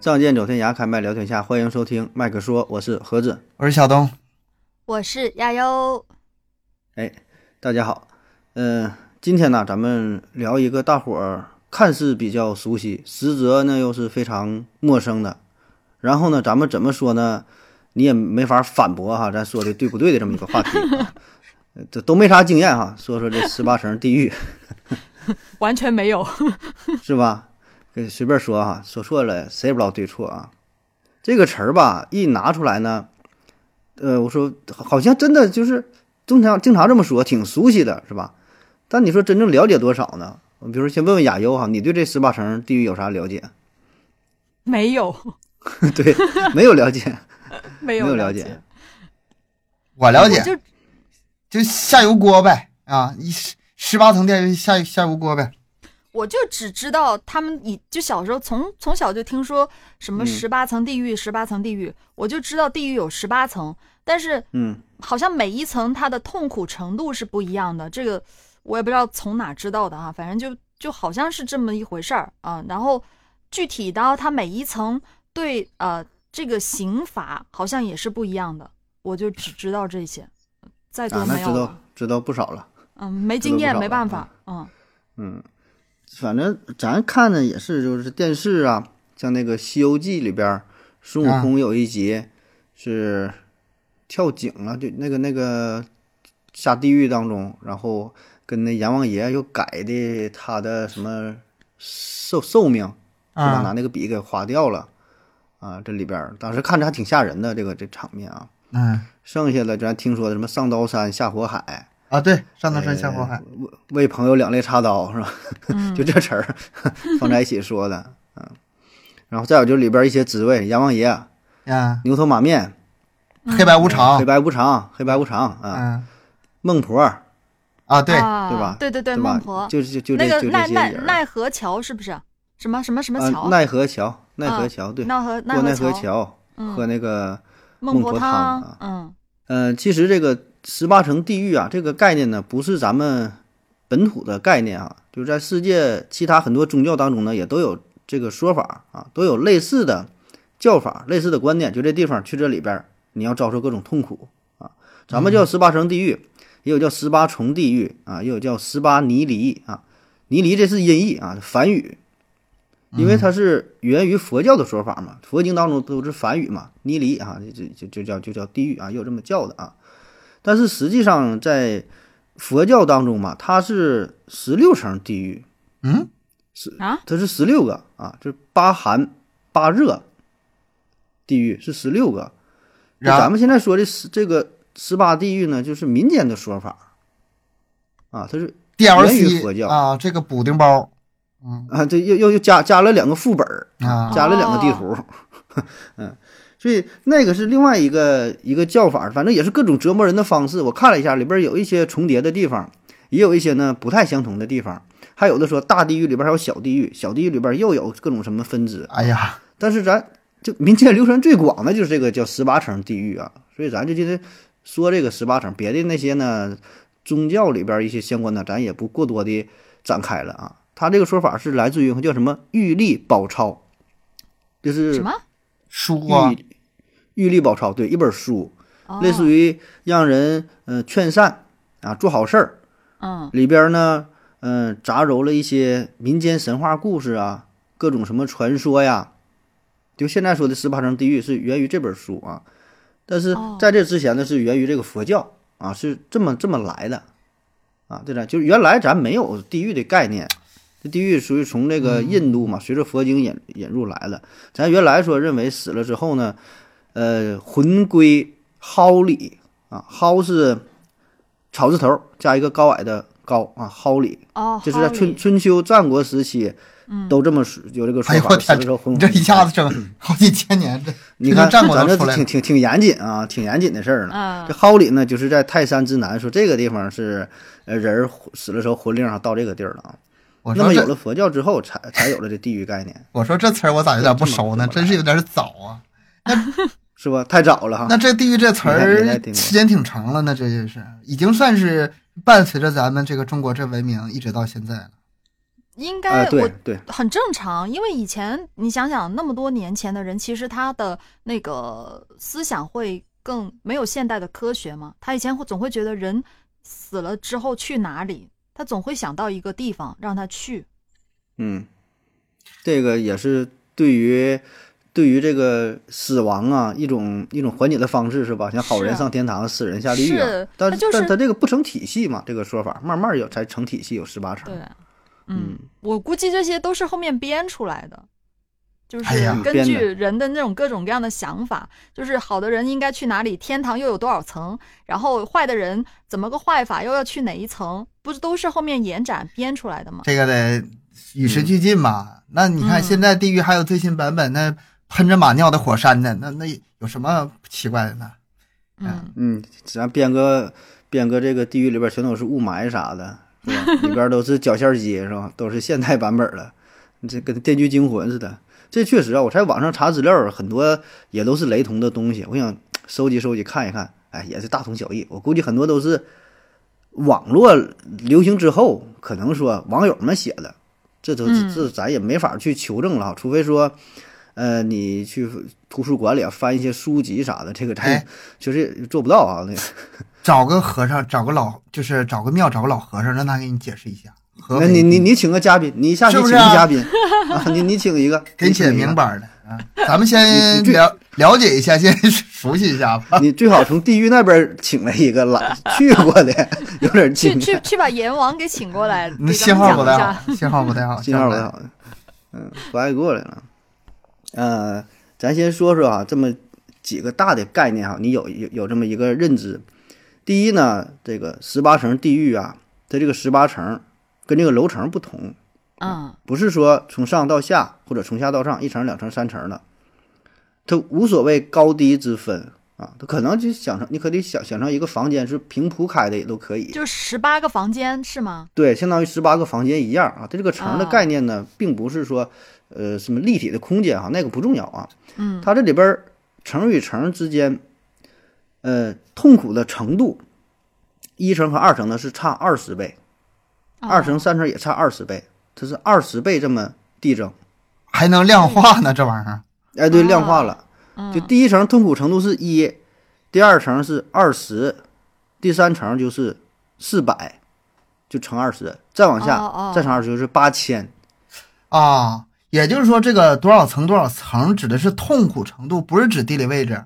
仗剑走天涯，开麦聊天下，欢迎收听麦克说，我是盒子。我是小东，我是亚优，哎，大家好，嗯、今天呢，咱们聊一个大伙儿看似比较熟悉，实则呢又是非常陌生的。然后呢，咱们怎么说呢？你也没法反驳哈，咱说的对不对的这么一个话题 啊，呃这都没啥经验哈。说说这十八层地狱完全没有。 是吧？给随便说哈，说错了谁也不知道对错啊。这个词儿吧，一拿出来呢，呃，我说好像真的就是经常经常这么说，挺熟悉的是吧？但你说真正了解多少呢？我比如说先问问亚优哈，你对这十八层地狱有啥了解？ 没有，对，没有了解，没没有了了解。我了解，我就就下油锅呗啊，一十十八层电下下油锅呗。我就只知道他们以就小时候从从小就听说什么嗯十八层地狱，十八层地狱，我就知道地狱有十八层，但是嗯，好像每一层它的痛苦程度是不一样的，这个我也不知道从哪知道的啊，反正就就好像是这么一回事儿啊。然后具体到它每一层对呃这个刑罚好像也是不一样的，我就只知道这些，再啊多，那没有知了。道知道不少了。嗯，没知经道不验少没了办啊法，嗯，嗯，反正咱看的也是，就是电视啊，像那个《西游记》里边儿，孙悟空有一集是跳井啊，就那个那个下地狱当中，然后跟那阎王爷又改的他的什么寿寿命，就把拿啊，那个笔给划掉了啊，这里边儿当时看着还挺吓人的，这个这场面啊。嗯剩下的咱听说的什么上刀山下火海，啊，对，上刀山下火海呃，为为朋友两肋插刀是吧？嗯就这词儿放在一起说的，嗯。然后再有就是里边一些职位，阎王爷、啊，牛头马面、黑白无黑常，白无常、黑白无常啊，嗯孟婆啊，对，啊吧对对对，对孟吧？婆就就就那这个就这奈些奈人儿。啊奈何桥是不是？什么什么什么呃桥？奈何桥，奈何啊桥，对，奈何奈过奈何何，桥和嗯，那个孟孟婆婆汤啊汤，嗯呃，其实这个十八层地狱啊，这个概念呢，不是咱们本土的概念啊，就是在世界其他很多宗教当中呢，也都有这个说法啊，都有类似的叫法、类似的观念，就这地方去这里边儿，你要遭受各种痛苦啊。咱们叫十八层地狱，也有叫十八重地狱啊，也有叫十八泥犁啊。泥犁这是音译啊，梵语，因为它是源于佛教的说法嘛，佛经当中都是梵语嘛，泥犁啊，就就就就叫就叫地狱啊，也有这么叫的啊。但是实际上在佛教当中嘛，它是十六层地狱，嗯，啊，它是十六个啊，就是八寒八热地狱是十六个。就咱然们现在说的十这个十八地狱呢，就是民间的说法啊，它是源于佛 DLC 教啊，这个补丁包，嗯啊，这又又又加加了两个副本儿，啊加了两个地图， 嗯，所以那个是另外一个一个叫法，反正也是各种折磨人的方式。我看了一下，里边有一些重叠的地方，也有一些呢不太相同的地方，还有的说大地狱里边还有小地狱，小地狱里边又有各种什么分支。哎呀，但是咱就民间流传最广的就是这个叫十八层地狱啊，所以咱就今天说这个十八层，啊别的那些呢宗教里边一些相关的，咱也不过多的展开了啊。他这个说法是来自于叫什么玉历宝钞，就是什么？书啊，玉玉历宝钞，对，一本书，哦类似于让人嗯、呃劝善啊，做好事儿，嗯里边呢，嗯、杂糅了一些民间神话故事啊，各种什么传说呀，就现在说的十八层地狱是源于这本书啊，但是哦在这之前呢，是源于这个佛教啊，是这么这么来的啊，对了，就是原来咱没有地狱的概念。这地狱属于从这嗯个印度嘛，随着佛经引引入来的。咱原来说认为死了之后呢，呃，魂归蒿里啊，蒿是草字头加一个高矮的高啊，蒿里哦，就是在蒿春里嗯春秋战国时期，都这么说有这个说哎呦法。我死天了之后魂你这一下子子，整好几千年，这你看这就战国咱能这出来挺挺挺严谨啊，挺严谨的事儿呢。嗯这蒿里呢，就是在泰山之南，说这个地方是呃人儿死了之后魂灵啊到这个地儿了啊。我那说么有这了佛教之后，才才有了这地狱概念，我说这词儿我咋有点不熟呢？这么这么真是有点早啊。是吧？太早了哈。那这地狱这词没太儿没太听过时间挺长了呢，这也是已经算是伴随着咱们这个中国这文明一直到现在了。应啊、该我对对，很正常，因为以前你想想，那么多年前的人，其实他的那个思想会更没有现代的科学嘛。他以前会总会觉得人死了之后去哪里，他总会想到一个地方让他去。嗯，这个也是对于对于这个死亡啊一种一种缓解的方式是吧？像好人是啊上天堂，死人下地狱啊是。但它就是但他这个不成体系嘛，这个说法慢慢有才成体系，有十八层对。，嗯，我估计这些都是后面编出来的，就哎是呀根编据的人的那种各种各样的想法，就是好的人应该去哪里，天堂又有多少层，然后坏的人怎么个坏法，又要去哪一层，不是都是后面延展编出来的吗？这个得与时俱进嘛。那你看嗯现在地狱还有最新版本，那喷着马尿的火山呢，那那有什么奇怪的呢？哎嗯，嗯，咱编个编个这个地狱里边全都是雾霾啥的，是吧？里边都是绞馅儿机是吧？都是现代版本的，这跟《电锯惊魂》似的。这确实啊，我在网上查资料，很多也都是雷同的东西。我想收集收集看一看，哎，也是大同小异。我估计很多都是网络流行之后，可能说网友们写的，这都这嗯这咱也没法去求证了哈，除非说。呃，你去图书馆里啊翻一些书籍啥的，这个咱也哎确实也做不到啊。那个，找个和尚，找个老，就是找个庙，找个老和尚，让他给你解释一下。和那平你你你请个嘉宾，你下去是请不个是啊嘉 宾啊你你请一个，给你写请一个 明。白的啊，咱们你先你这了了解一下，先熟悉一下吧。你最好从地狱那边请来一个 来去过的，有点经去验，去去把阎王给请过来，那给信咱们号讲不一太下。好，信号不太 好，信号不不太。好。嗯，不爱过来了。呃，咱先说说啊，这么几个大的概念哈、你有有有这么一个认知。第一呢，这个十八层地狱啊，它这个十八层跟这个楼层不同，嗯不是说从上到下或者从下到上一层、两层、三层的，它无所谓高低之分啊。它可能就想成，你可得想想成一个房间是平铺开的也都可以，就十八个房间是吗？对，相当于十八个房间一样啊。它这个层的啊概念呢，并不是说呃什么立体的空间啊，那个不重要啊。嗯它这里边儿层与层之间，呃，痛苦的程度，一层和二层呢是差二十倍，哦二层、三层也差二十倍，它是二十倍这么递增。还能量化呢，这玩意儿。哎，对，啊量化了。嗯就第一层痛苦程度是一，第二层是二十，第三层就是四百，就乘二十，再往下哦哦再乘二十就是八千。啊，也就是说，这个多少层多少层指的是痛苦程度，不是指地理位置。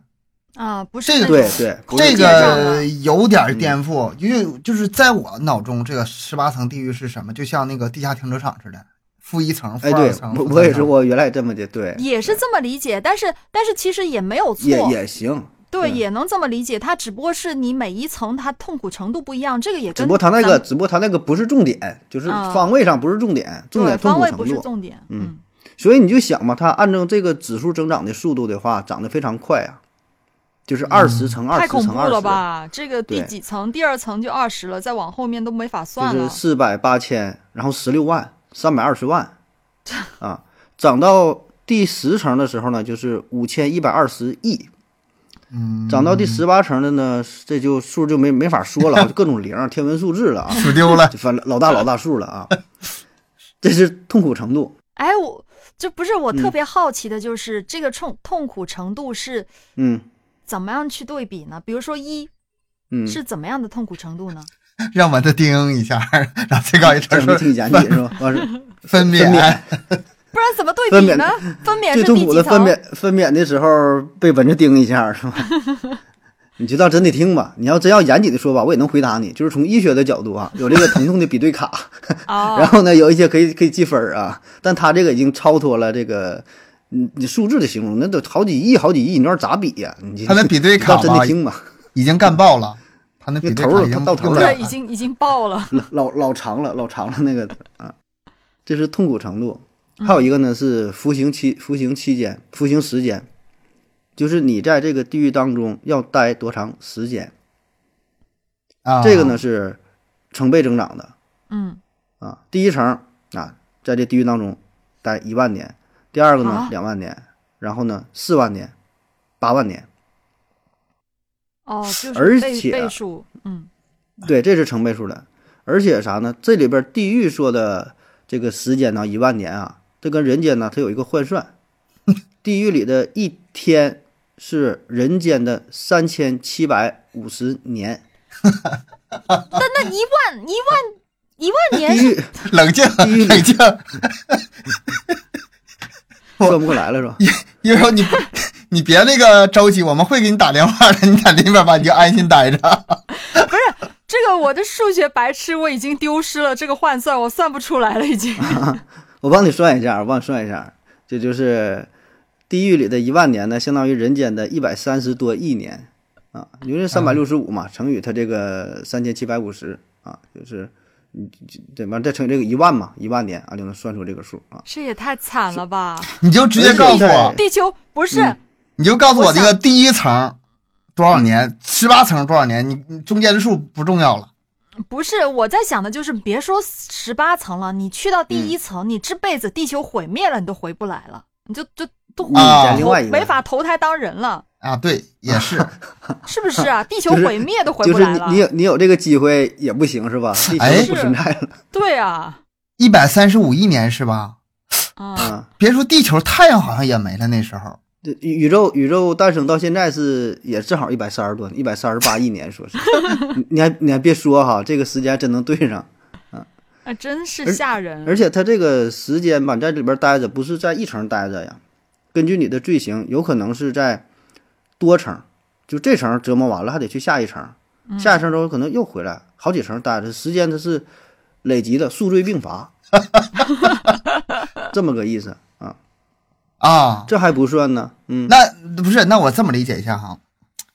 啊，不是这那个种对对，不是这这样个的啊有点颠覆，因为就是在我脑中，这个十八层地狱是什么？就像那个地下停车场似的，负一层、负哎，二对层。我负我也三是，层我原来这么的，对，也是这么理解，但是但是其实也没有错，也也行，对，嗯也能这么理解。它只不过是你每一层它痛苦程度不一样，这个也只跟不过他那咱个，只不过他那个不是重点，就是啊方位上不是重点，重对点痛方苦位不是程度。重点，嗯所以你就想嘛，它按照这个指数增长的速度的话，涨得非常快啊，就是二十乘二嗯太十恐乘怖二了十。吧？这个第对几层？第二层就二十了，再往后面都没法算就是了。四百八千，然后十六万，三百二十万，啊，涨到第十层的时候呢，就是五千一百二十亿，嗯，涨到第十八层的呢，这就数就没没法说了啊，就各种零儿、天文数字了啊，数丢了。 就反正老大老大数了啊，这是痛苦程度，哎，我这不是我嗯特别好奇的，就是、这个痛痛苦程度是嗯怎么样去对比呢？比如说一、嗯，是怎么样的痛苦程度呢？让蚊子叮一下， 然后最高一这层没是听讲解是吧？完事儿分哎分娩娩，不然怎么对比呢？分娩最是第痛苦几的分层？娩分娩的时候被蚊子叮一下是吧？ 你就当真的听吧，你要真要严谨的说吧，我也能回答你。就是从医学的角度啊，有这个疼痛的比对卡， 然哦，后呢，有一些可以可以记分儿啊，但他这个已经超脱了这个嗯你数字的形容，那都好几亿好几亿，你要咋比呀、你他那比对卡到真吧的，听吧，已经干爆了，他那比对头卡了已经到头用了不对，了已经已经爆了。老老老长了，老长了那个啊，这是痛苦程度。还有一个呢是服刑期，服刑期间，服刑时间，就是你在这个地狱当中要待多长时间，啊。这个呢是成倍增长的。嗯，啊，第一层啊，在这地狱当中待一万年，第二个呢啊两、万年，然后呢四万年，八万年，哦，就是而倍且啊倍数，嗯。对，这是成倍数的。而且啥呢？这里边地狱说的这个时间呢一万年啊，这跟人间呢它有一个换算，地狱里的一天是人间的三千七百五十年，但那一万一万一万年地 是狱冷静地狱里冷静， 算不过来了是吧？悠悠你 你别那个着急，我们会给你打电话的，你在那边吧，你就安心待着。这个我的数学白痴我已经丢失了，这个换算我算不出来了，已经。我帮你算一下，我帮你算一下，这就是地狱里的一万年呢，相当于人间的一百三十多亿年啊，因为三百六十五嘛，乘以它这个三千七百五十啊，就是你怎么再乘以这个一万嘛，一万年啊，就能算出 这个数啊。这也太惨了 吧！你就直接告诉我对，地球不是、嗯你就告诉我我这想个第一层多少年，十八层多少年，你你中间的数不重要了。不是我在想的就是别说十八层了，你去到第嗯一层，你这辈子地球毁灭了，你都回不来了，你就就都你回啊在另外一个没法投胎当人了，啊，对，也是。是不是啊？地球就是毁灭都回就不是来了，你你有你有这个机会也不行是吧？地哎球不存在了对啊，一百三十五亿年是吧？嗯啊、啊！别说地球，太阳好像也没了那时候。这宇宇宙宇宙诞生到现在是也正好一百三十多一百三十八亿年，说是 你你还你还别说哈，这个时间还真能对上。哎啊，真是吓嗯人。而且它这个时间吧，你在里边待着，不是在一层待着呀。根据你的罪行，有可能是在多层，就这层折磨完了，还得去下一层，下一层之后可能又回来，好几层待着。时间它是累积的，数罪并罚，这么个意思啊。啊，这还不算呢，嗯，那不是？那我这么理解一下哈，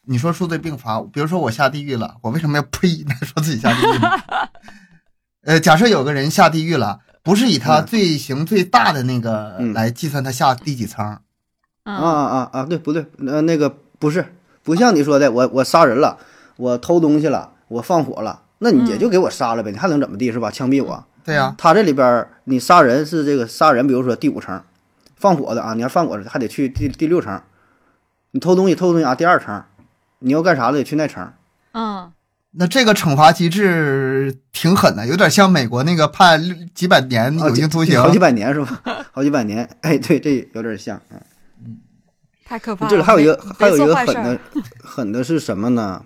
你说数罪并罚，比如说我下地狱了，我为什么要呸？那说自己下地狱 呢？呃，假设有个人下地狱了，不是以他嗯罪行最大的那个嗯来计算他下第几层，啊啊啊啊，对，不对？呃，那个不是，不像你说的，我我杀人了，我偷东西了，我放火了，那你也就给我杀了呗，你还能怎么地是吧？枪毙我。对呀、他这里边儿你杀人是这个杀人，比如说第五层，放火的啊，你要放火的还得去第第六层，你偷东西偷东西啊，第二层，你要干啥的得去那层。嗯，那这个惩罚机制挺狠的，有点像美国那个判六几百年啊有期徒刑。好几百年是吧？ 好几百年，哎，对，这有点像。嗯太可怕了。这里还有一个没还有一没个做坏狠事儿的， 狠的是什么呢？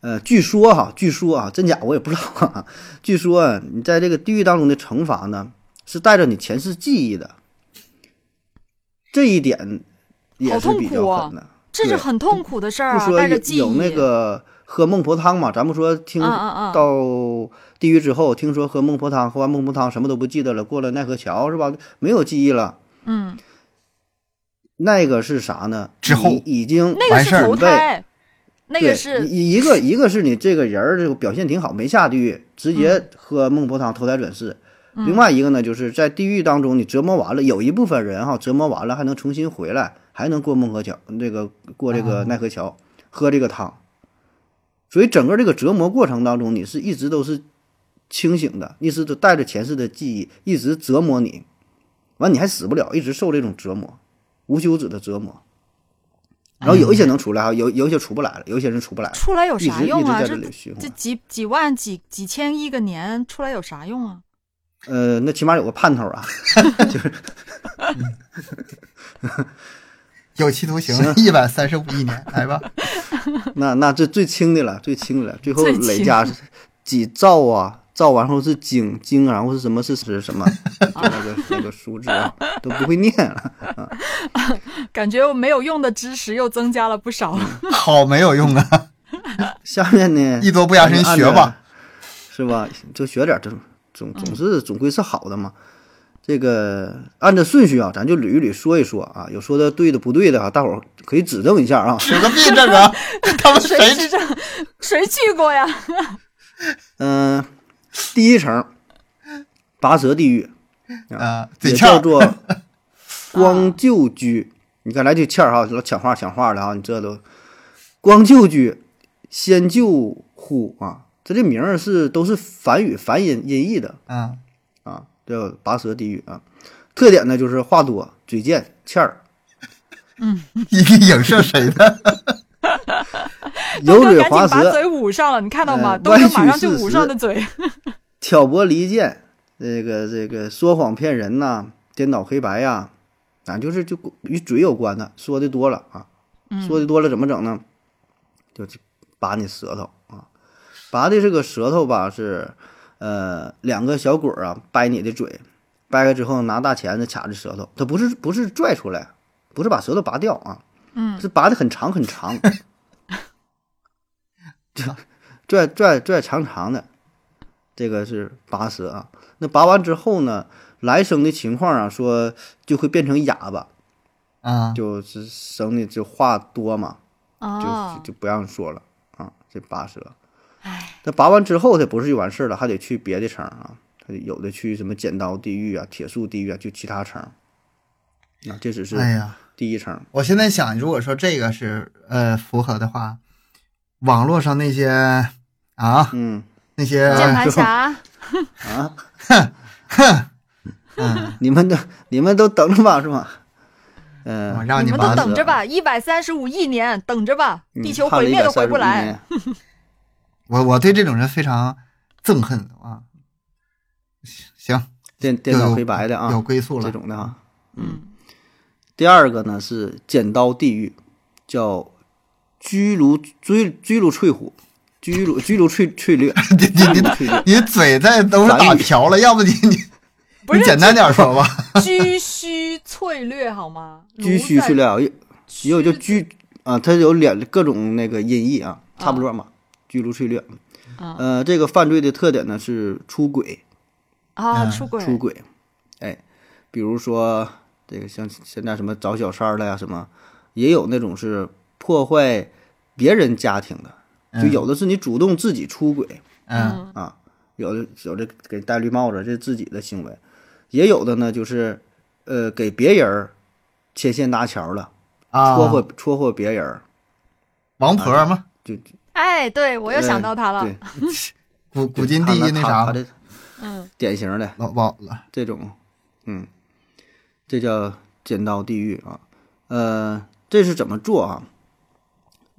呃，据说哈，据说啊，真假我也不知道啊。 据说啊你在这个地狱当中的惩罚呢，是带着你前世记忆的，这一点也好是痛比较苦啊狠的。这是对很痛苦的事儿不啊，说带着有记忆。有那个喝孟婆汤嘛，咱不说听嗯嗯嗯到地狱之后，听说喝孟婆汤，喝完孟婆汤什么都不记得了，过了奈何桥是吧？没有记忆了。嗯，那个是啥呢？之后你已经那个完事是儿投胎，那对个你是你一个一个是你这个人儿这个表现挺好，没下地狱，直嗯接喝孟婆汤投胎转世。另外一个呢，就是在地狱当中你折磨完了，有一部分人哈折磨完了还能重新回来，还能过孟河桥这个过这哦个奈何桥、喝这个汤。所以整个这个折磨过程当中，你是一直都是清醒的，一直都带着前世的记忆，一直折磨你，完你还死不了，一直受这种折磨，无休止的折磨。然后有一些能出来哈，有有一些出不来了，有一些人出不来了。出来有一啥直用啊？一直在这里循这环。几几万几几千亿个年出来有啥用啊？呃，那起码有个盼头 啊。有期徒刑一百三十五亿年，来吧，那那这最轻的了，最轻的了，最后最轻累加是几兆啊，兆完后是精精，然后是什么是是什么， 就那个那个数字啊，都不会念了。感觉我没有用的知识又增加了不少。 好没有用啊，下面呢，艺多不压身，咱学就按吧。着，是吧？就学点儿总总总是总归是好的嘛。这个按照顺序啊，咱就捋一捋，说一说啊，有说的对的不对的啊，大伙儿可以指正一下啊。扯个屁，这个他们谁谁知道？谁去过呀？嗯、第一层，拔舌地狱。啊？嘴也欠叫 做光旧居。你看来就欠儿哈，老抢话抢话了哈，你这都光旧居，先救乎啊，这这名儿是都是梵语梵音音译的啊，啊，叫拔舌地狱啊。特点呢就是话多、嘴贱、欠儿，一个影射谁的？油东嘴哥滑哦赶紧把舌，哎嘴捂上了，你看到吗？呃东哥马歪上曲就事捂实上的嘴。挑拨离间，这个这个说谎骗人呐、颠倒黑白呀、反正就是就与嘴有关的，说的多了啊，说的多了怎么整呢？就拔你舌头啊，拔的这个舌头吧是，呃，两个小鬼儿啊掰你的嘴，掰开之后拿大钳子卡着舌头，它不是不是拽出来，不是把舌头拔掉啊，嗯，是拔的很长很长，拽拽拽长长的，这个是拔舌啊。那拔完之后呢，来生的情况啊，说就会变成哑巴，啊，就是生的就话多嘛，啊就，就不让说了啊，这拔舌。哎，那拔完之后，它不是就完事儿了，还得去别的城儿啊，它有的去什么剪刀地狱啊、铁树地狱啊，就其他城儿。啊，这只是哎呀，第一城儿，我现在想，如果说这个是呃符合的话，网络上那些啊嗯那些键 盘侠，啊，嗯，你们都你们都等着吧，是吧？嗯、我让你们拔都舌等着吧，一百三十五亿年，等着吧，嗯地球毁灭都回不来。。我我对这种人非常憎恨啊。行，电电脑黑白的有啊，归宿了。这种的啊。嗯，第二个呢是剪刀地狱，叫居如追居如淬火，居如居如 淬淬略，你你你你嘴在都是打瓢了，要不你你不是你简单点说吧。居须翠略好吗？居虚去了，也也啊有叫居啊，它有两各种那个音译啊，差不多嘛，居如淬略。啊呃，这个犯罪的特点呢是出轨，啊，嗯出轨，出轨，哎，比如说这个像现在什么找小三儿了呀，什么也有那种是破坏别人家庭的， 就有的是你主动自己出轨，嗯，啊，有的有的给戴绿帽子，这是自己的行为，也有的呢就是，呃，给别人儿牵线搭桥了，啊，撮合撮合别人儿，王婆嘛，就哎，对我又想到他了，嗯对，古古今第一那他啥他，这嗯，典型的老老了这种，嗯，这叫剪刀地狱啊，呃，这是怎么做啊？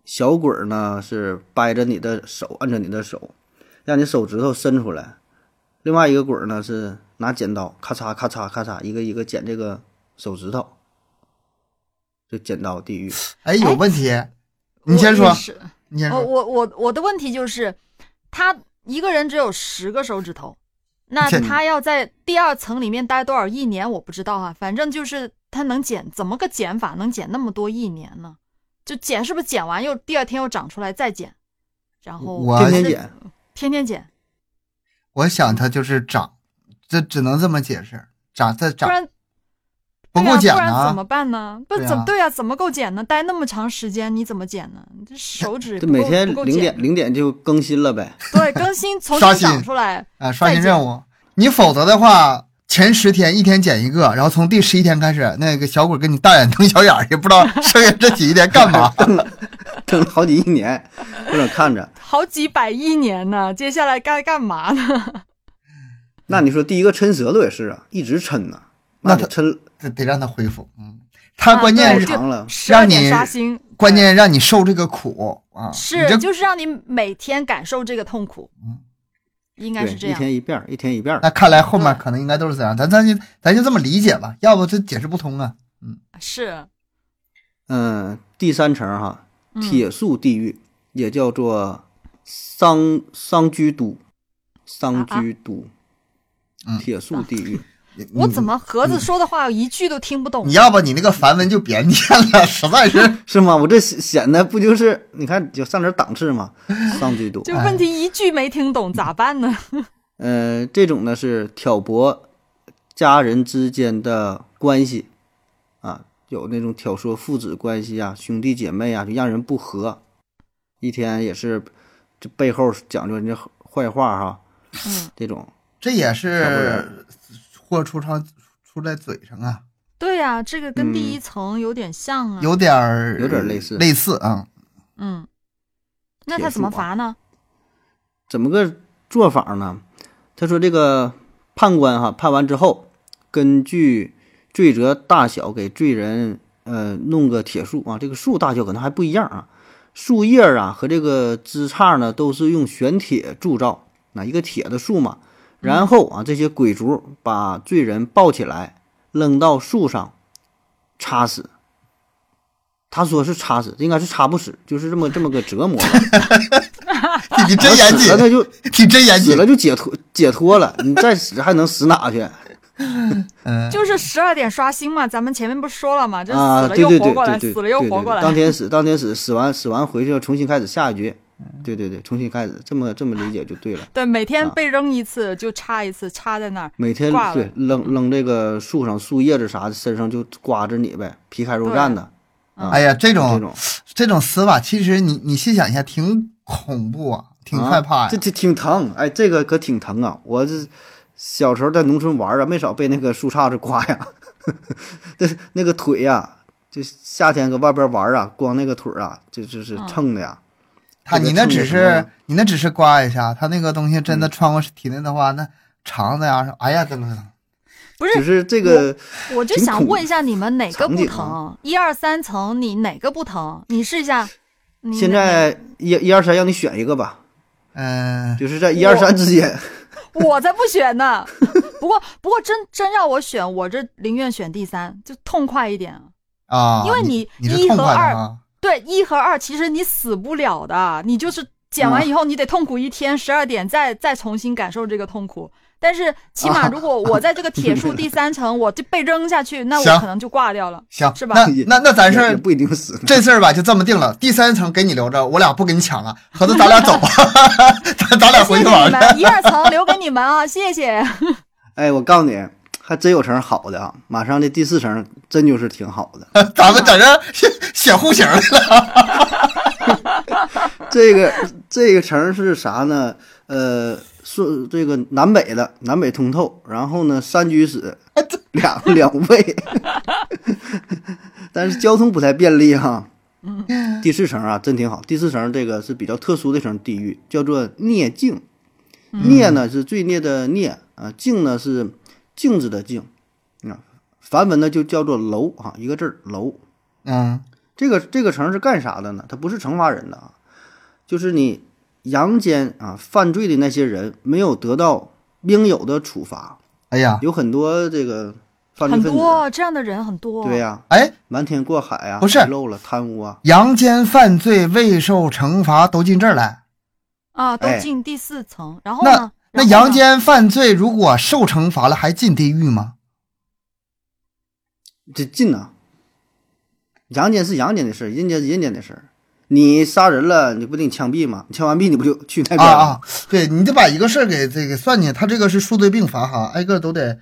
小鬼儿呢是掰着你的手，摁着你的手，让你手指头伸出来。另外一个鬼儿呢是拿剪刀，咔嚓咔嚓咔嚓，一个一个剪这个手指头，这剪刀地 狱。哎，有问题，你先我说也，是你先我说，哦我我我的问题就是，他一个人只有十个手指头，那这他要在第二层里面待多少一年我不知道啊，反正就是他能减，怎么个减法能减那么多一年呢？就减是不是减完又第二天又长出来再减，然后我天天剪，天天减，我想他就是长，这只能这么解释，长再不长然不对够减啊，不然怎呢么。办呢？不对啊怎么对啊？怎么够减呢？待那么长时间你怎么减呢？你这手指也这不够每天不够零减点零点就更新了呗。 对更新重刷新新长出来，啊，刷新再见任务。你否则的话，前十天一天减一个，然后从第十一天开始，那个小鬼跟你大眼瞪小眼儿，也不知道剩下这几天 干嘛。整了好几一年，我这看着。好几百亿年 呢，接下来该干嘛呢？那你说第一个抻舌头也是啊，一直抻呐、那得他抻得得让他恢复，嗯，他关啊键对是、就长了，十二点你刷新，关键让你受这个苦啊，是你这就是让你每天感受这个痛苦，嗯应该对，是这一样。天一遍儿，一天一遍儿。那看来后面对可能应该都是这样，咱咱就咱就这么理解吧，要不这解释不通啊。是嗯，第三层哈，嗯铁树地狱、也叫做桑桑居都，桑啊居都，嗯铁树地狱。 你我你怎么盒子说的话一句都听不懂嗯你？要不你那个梵文就别念了，实在是是吗？我这显显得不就是你看就上点档次嘛，桑居 都。就问题一句没听懂咋办呢？呃，这种呢是挑拨家人之间的关系啊，有那种挑唆父子关系啊、兄弟姐妹啊，就让人不和。一天也是这背后讲究人家坏话哈、嗯，这种这也要不是然祸出窗出在嘴上啊，对呀、这个跟第一层有点像啊。有点儿嗯有点类似类似啊。嗯，那他怎么罚呢？怎么个做法呢？他说这个判官哈判完之后，根据罪责大小给罪人呃弄个铁树啊，这个树大小可能还不一样啊，树叶儿啊和这个枝杈呢都是用玄铁铸造，那一个铁的树嘛，然后啊，这些鬼卒把罪人抱起来，扔到树上，插死。他说是插死，应该是插不死，就是这么这么个折磨吧。你真严谨死了，他就你真 严死谨了。就解脱解脱了，你再死还能死哪去？嗯，就是十二点刷新嘛，咱们前面不是说了嘛， 这啊，死了对又对活对过来，对对，死了又对活对过对来，当天死，当天死，死完死完回去要重新开始下一局。嗯 对对对，重新开始，这么这么理解就对了。对，每天啊被扔一次就插一次，插在那儿。每天挂了对扔扔这个树上树叶子啥的，身上就刮着你呗，皮开肉绽的。啊哎呀，这这种种这种死法，其实你你细想一下，挺恐怖啊，挺害怕呀、这这挺疼，哎，这个可挺疼啊！我这小时候在农村玩啊，没少被那个树杈子刮呀， 这那个腿呀、就夏天搁外边玩啊，光那个腿儿啊，就就是蹭的呀。他这个你那蹭只的疼是啊你那只是刮一下，他那个东西真的嗯穿过体内的话，那肠子呀，哎呀，真的疼。不是只是这个我就挺想恐问一下你们哪个场不景疼啊？一二三层你哪个不疼？你试一下。你现哪在一一二三让你选一个吧，嗯、就是在一二三之间。我才不选呢。不过不过真真让我选，我这宁愿选第三，就痛快一点啊。啊，因为你你是一痛和快的二啊，对，一和二其实你死不了的，你就是剪完以后你得痛苦一天，十二点再再重新感受这个痛苦。但是起码如果我在这个铁树第三层，我就被扔下去，那行我可能就挂掉了。行，是吧那也那那咱也也是不一定死 呢。这事儿吧，就这么定了。第三层给你留着，我俩不跟你抢了，合着咱俩走， 咱咱俩 谢谢回啊去你玩们， 去。一二层留给你们啊，谢谢。哎，我告诉你，还真有层好的啊！马上这第四层真就是挺好的。嗯咱们在这儿写写户型来了。 这个这个层是啥呢？呃，是这个南北的，南北通透。然后呢，三居室，两两卫， 但是交通不太便利哈。第四层啊，真挺好。第四层这个是比较特殊的一层地狱，叫做孽境。孽呢是罪孽的孽啊，境呢是镜子的镜啊，梵文呢就叫做楼啊，一个字儿楼。嗯，这个这个城是干啥的呢？它不是惩罚人的啊，就是你阳间啊犯罪的那些人没有得到应有的处罚，哎呀，有很多这个犯罪很分子，多啊这样的人很多。对呀、哎，瞒天过海啊，不是遗漏了贪污啊，阳间犯罪未受惩罚都进这儿来，啊，都哎进第四层，然后那呢？那然后阳呢间犯罪如果受惩罚了还进地狱吗？这进呐、阳间是阳间的事儿，阴间是阴间的事儿。你杀人了，你不得枪毙吗？你枪完毙，你不就去那边啊了吗？啊，对你得把一个事儿给这个算进，他这个是数罪并罚哈，挨个都得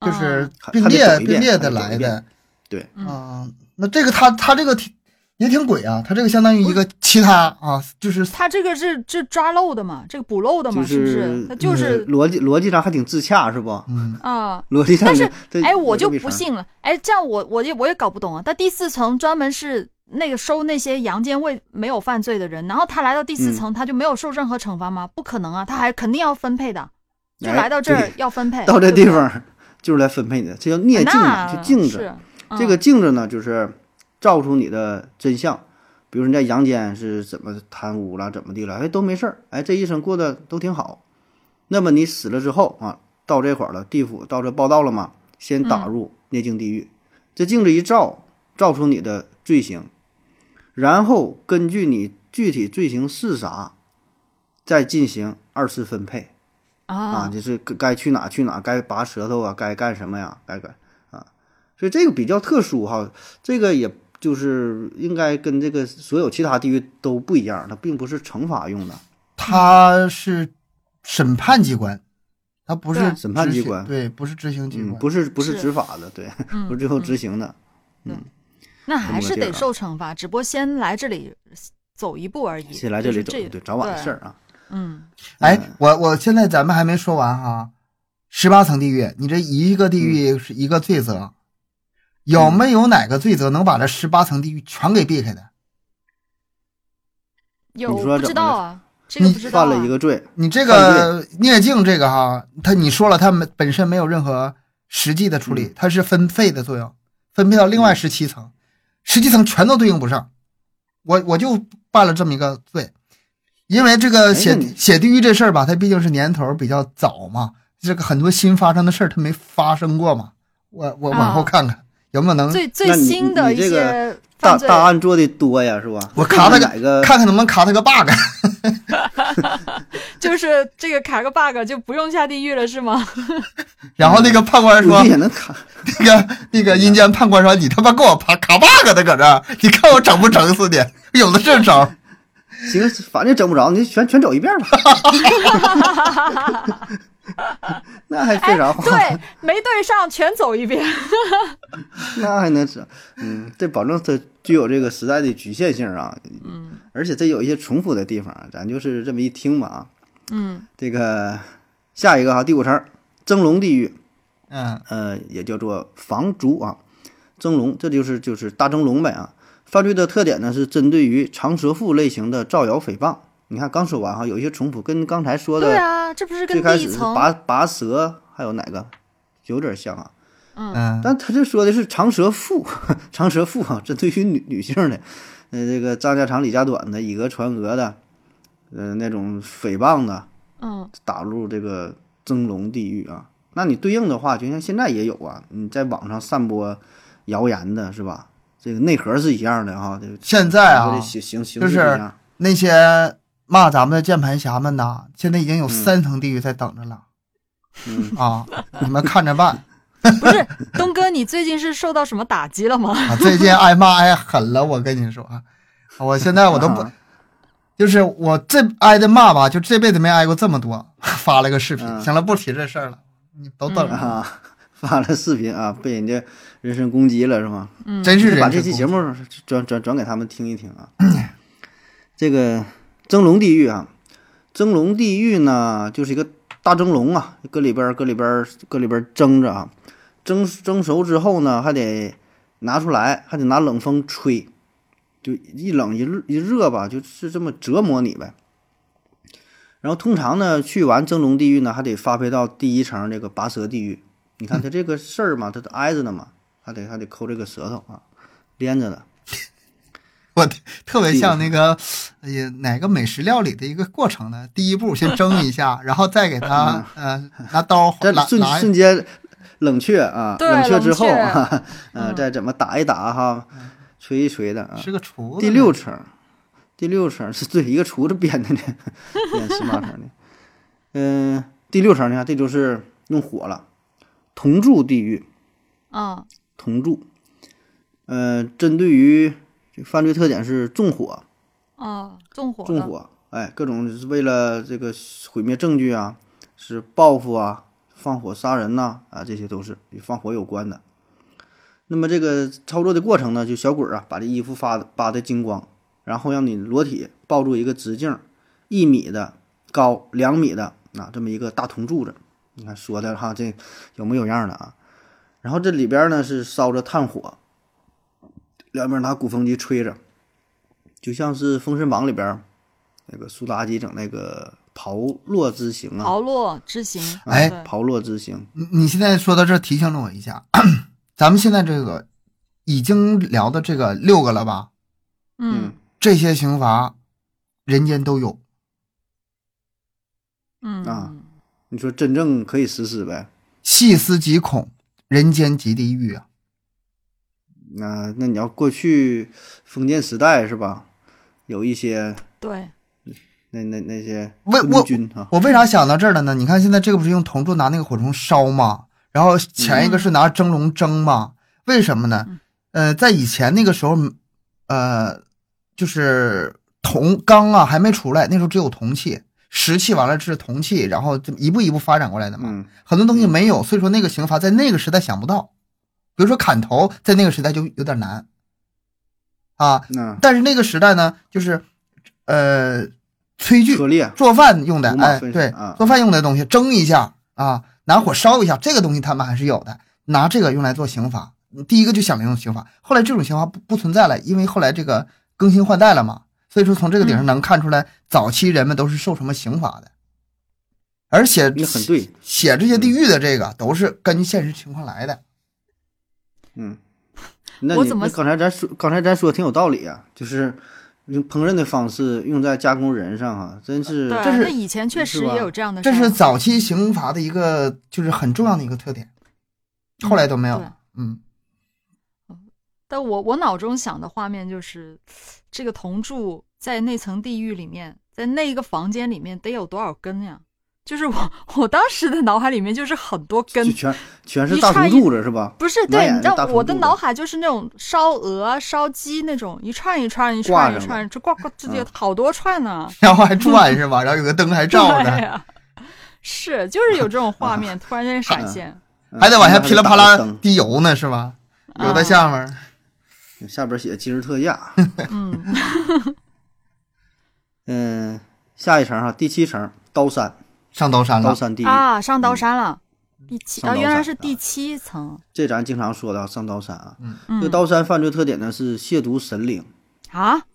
就是啊并还得列走一遍并列还的得走来一遍的。对，嗯啊，那这个他他这个挺也挺鬼啊，他这个相当于一个嗯其他啊，就是他这个是这抓漏的嘛，这个补漏的嘛，就是不是？他就是呃逻辑逻辑上还挺自洽，是不？嗯，啊，逻辑上但是这，这哎，我有这就么一不层信了。哎，这样我我也我也搞不懂啊。他第四层专门是那个收那些阳间未没有犯罪的人，然后他来到第四嗯层，他就没有受任何惩罚吗？不可能啊，他还肯定要分配的，就哎来到这儿对要分配。到这对地哎不对啊方就是来分配你的，这叫孽镜嘛，那就镜是嗯子。这个镜子呢，就是照出你的真相。比如你在阳间是怎么贪污了，怎么地了，哎，都没事儿，哎，这一生过得都挺好。那么你死了之后啊，到这块儿了，地府到这报道了嘛，先打嗯入涅镜地狱。这镜子一照，照出你的罪行，然后根据你具体罪行是啥，再进行二次分配。啊，啊，就是该该去哪去哪，该拔舌头啊，该干什么呀，该干啊，所以这个比较特殊哈，这个也就是应该跟这个所有其他地域都不一样，它并不是惩罚用的。他是审判机关，他不是对审判执机行关对，不是执行机嗯，关，不是不是是执法的，对，嗯不是最后嗯执行的。那这么还个是地儿得啊受惩罚，只不过先来这里走一步而已。先来就这里是走，这对，早晚的对事儿啊。嗯，哎嗯，我我现在咱们还没说完哈，十八层地狱，你这一个地嗯狱是一个罪责，有没有哪个罪责能把这十八层地狱全给避开的？有你说不怎知么道了啊，这个你不知道犯啊了一个罪，你这个孽镜这个哈，它你说了，它没本身没有任何实际的处嗯理，它是分配的作用，分配到另外十七层，十七层全都对应不上。我我就办了这么一个罪，因为这个哎写那你写地狱这事儿吧，它毕竟是年头比较早嘛，这个很多新发生的事儿，它没发生过嘛。我我往后啊看看有没有能，最最那你新的你一这个些大犯罪，大 案做的多呀，是吧？我卡他哪个看看能不能卡他个 bug。就是这个卡个 bug 就不用下地狱了是吗？然后那嗯个判官估说计也能卡。那个那个阴间判官说：“你他妈给我爬卡 bug 呢，搁这儿，你看我整不整死你？有的是招儿。行，反正整不着，你全全走一 遍吧。 那还废啥话？哎对，没对上全走一遍。 那还能整？嗯，这保证它具有这个时代的局限性啊。嗯，而且它有一些重复的地方，啊咱就是这么一听嘛啊。嗯，这个下一个哈，第五层蒸笼地狱，嗯呃，也叫做房租啊，蒸笼，这就是就是大蒸笼呗啊。犯罪的特点呢是针对于长舌妇类型的造谣诽谤。你看刚说完哈，有一些重复，跟刚才说的对啊，这不是最跟开第一始是层拔拔舌，还有哪个有点像啊？嗯，但他这说的是长舌妇， 长舌妇啊，针对于女女性的，呃，这个张家长李家短的，以讹传讹的，呃，那种诽谤的，嗯，打入这个蒸笼地狱啊。那你对应的话，就像现在也有啊，你在网上散播谣言的是吧？这个内核是一样的哈、这个现在啊这个形形形就式是一样。那些骂咱们的键盘侠们呐，现在已经有三层地狱在等着了。嗯啊，你们看着办不是东哥，你最近是受到什么打击了吗？啊！最近挨骂挨狠了，我跟你说啊，我现在我都不啊，就是我这挨的骂吧，就这辈子没挨过这么多。发了个视频，嗯行了，不提这事儿了，你都等着， 啊，发了视频啊，被人家人身攻击了是吗？真是把人这身期攻节击目转转转给他们听一听啊。 这个蒸笼地狱啊，蒸笼地狱呢，就是一个大蒸笼啊，搁里边儿搁里边儿搁里边儿蒸着啊，蒸蒸熟之后呢，还得拿出来，还得拿冷风吹，就一冷一热一热吧，就是这么折磨你呗。然后通常呢，去完蒸笼地狱呢，还得发配到第一层这个拔舌地狱。你看他这个事儿嘛，他都挨着呢嘛，还得还得抠这个舌头啊，连着的。我特别像那个，哎呀，哪个美食料理的一个过程呢？第一步先蒸一下， 然后再给它嗯呃拿 刀这拿瞬拿瞬间冷却啊，对冷却之后冷却啊，呃，再怎么打一打哈，捶一捶的啊。是个厨子。第六层，第六层是对一个厨子编的呢，编十八层的。嗯、第六层呢，这就是用火了，铜柱地狱。嗯铜柱。呃，针对于这犯罪特点是纵火，嗯，纵火的，纵火，哎，各种是为了这个毁灭证据啊，是报复啊，放火杀人呐、啊，这些都是与放火有关的。那么这个操作的过程呢，就小鬼儿啊，把这衣服发扒得精光，然后让你裸体抱住一个直径一米的高两米的啊这么一个大铜柱子，你看说的哈，这有没有样儿的啊？然后这里边呢是烧着炭火，两边拿鼓风机吹着，就像是《封神榜》里边儿那个苏妲己整那个刨落之刑啊，刨落之刑，哎对嗯刨落之刑，你你现在说到这儿提醒了我一下， 咱们现在这个已经聊的这个六个了吧？嗯这些刑罚人间都有，嗯啊你说真正可以实施呗？细思极恐，人间即地狱啊！那那你要过去封建时代是吧？有一些对，那那那些为昏我君啊，我为啥想到这儿了呢？你看现在这个不是用铜柱拿那个火虫烧吗？然后前一嗯个是拿蒸笼蒸吗？为什么呢？呃，在以前那个时候，呃，就是铜钢啊还没出来，那时候只有铜器，石器完了是铜器，然后这么一步一步发展过来的嘛。嗯很多东西没有，所以说那个刑罚在那个时代想不到。比如说砍头，在那个时代就有点难啊。那但是那个时代呢，就是呃，炊具割裂，做饭用的五，马哎，分对尸啊，做饭用的东西蒸一下啊，拿火烧一下，这个东西他们还是有的，拿这个用来做刑罚。第一个就想着用刑罚，后来这种刑罚不不存在了，因为后来这个更新换代了嘛，所以说从这个顶上能看出来，早期人们都是受什么刑罚的，而且你很对，写这些地狱的这个都是根据现实情况来的。嗯。那我你怎么那刚才咱说，刚才咱说挺有道理啊，就是用烹饪的方式用在加工人上啊，真是对，这是那以前确是实吧也有这样的事这儿，是早期刑罚的一个就是很重要的一个特点，后来都没有对了。嗯，但我我脑中想的画面就是，这个铜柱在那层地狱里面，在那个房间里面得有多少根呀？就是我我当时的脑海里面就是很多根就，全全是一大插铜一柱子是吧？嗯不是满对，眼你知是大道铜我的柱子脑海就是那种烧鹅、烧鸡那种一串一串一挂串一上串，这挂挂这有嗯好多串呢、 然后还转是吧？然后有个灯还照对着，呀、是就是有这种画面突然间闪现，嗯还得往下噼里啪啦打嗯个滴油呢是吧？啊留在下面。灯，下边写今日特价。嗯， 嗯，下一层哈，第七层刀山，上刀山刀了，山地狱，啊，上刀山了，第七嗯上啊，刀原来山是啊第七层，这咱经常说的啊上刀山啊。这个嗯刀山犯罪特点呢是亵渎神灵，啊，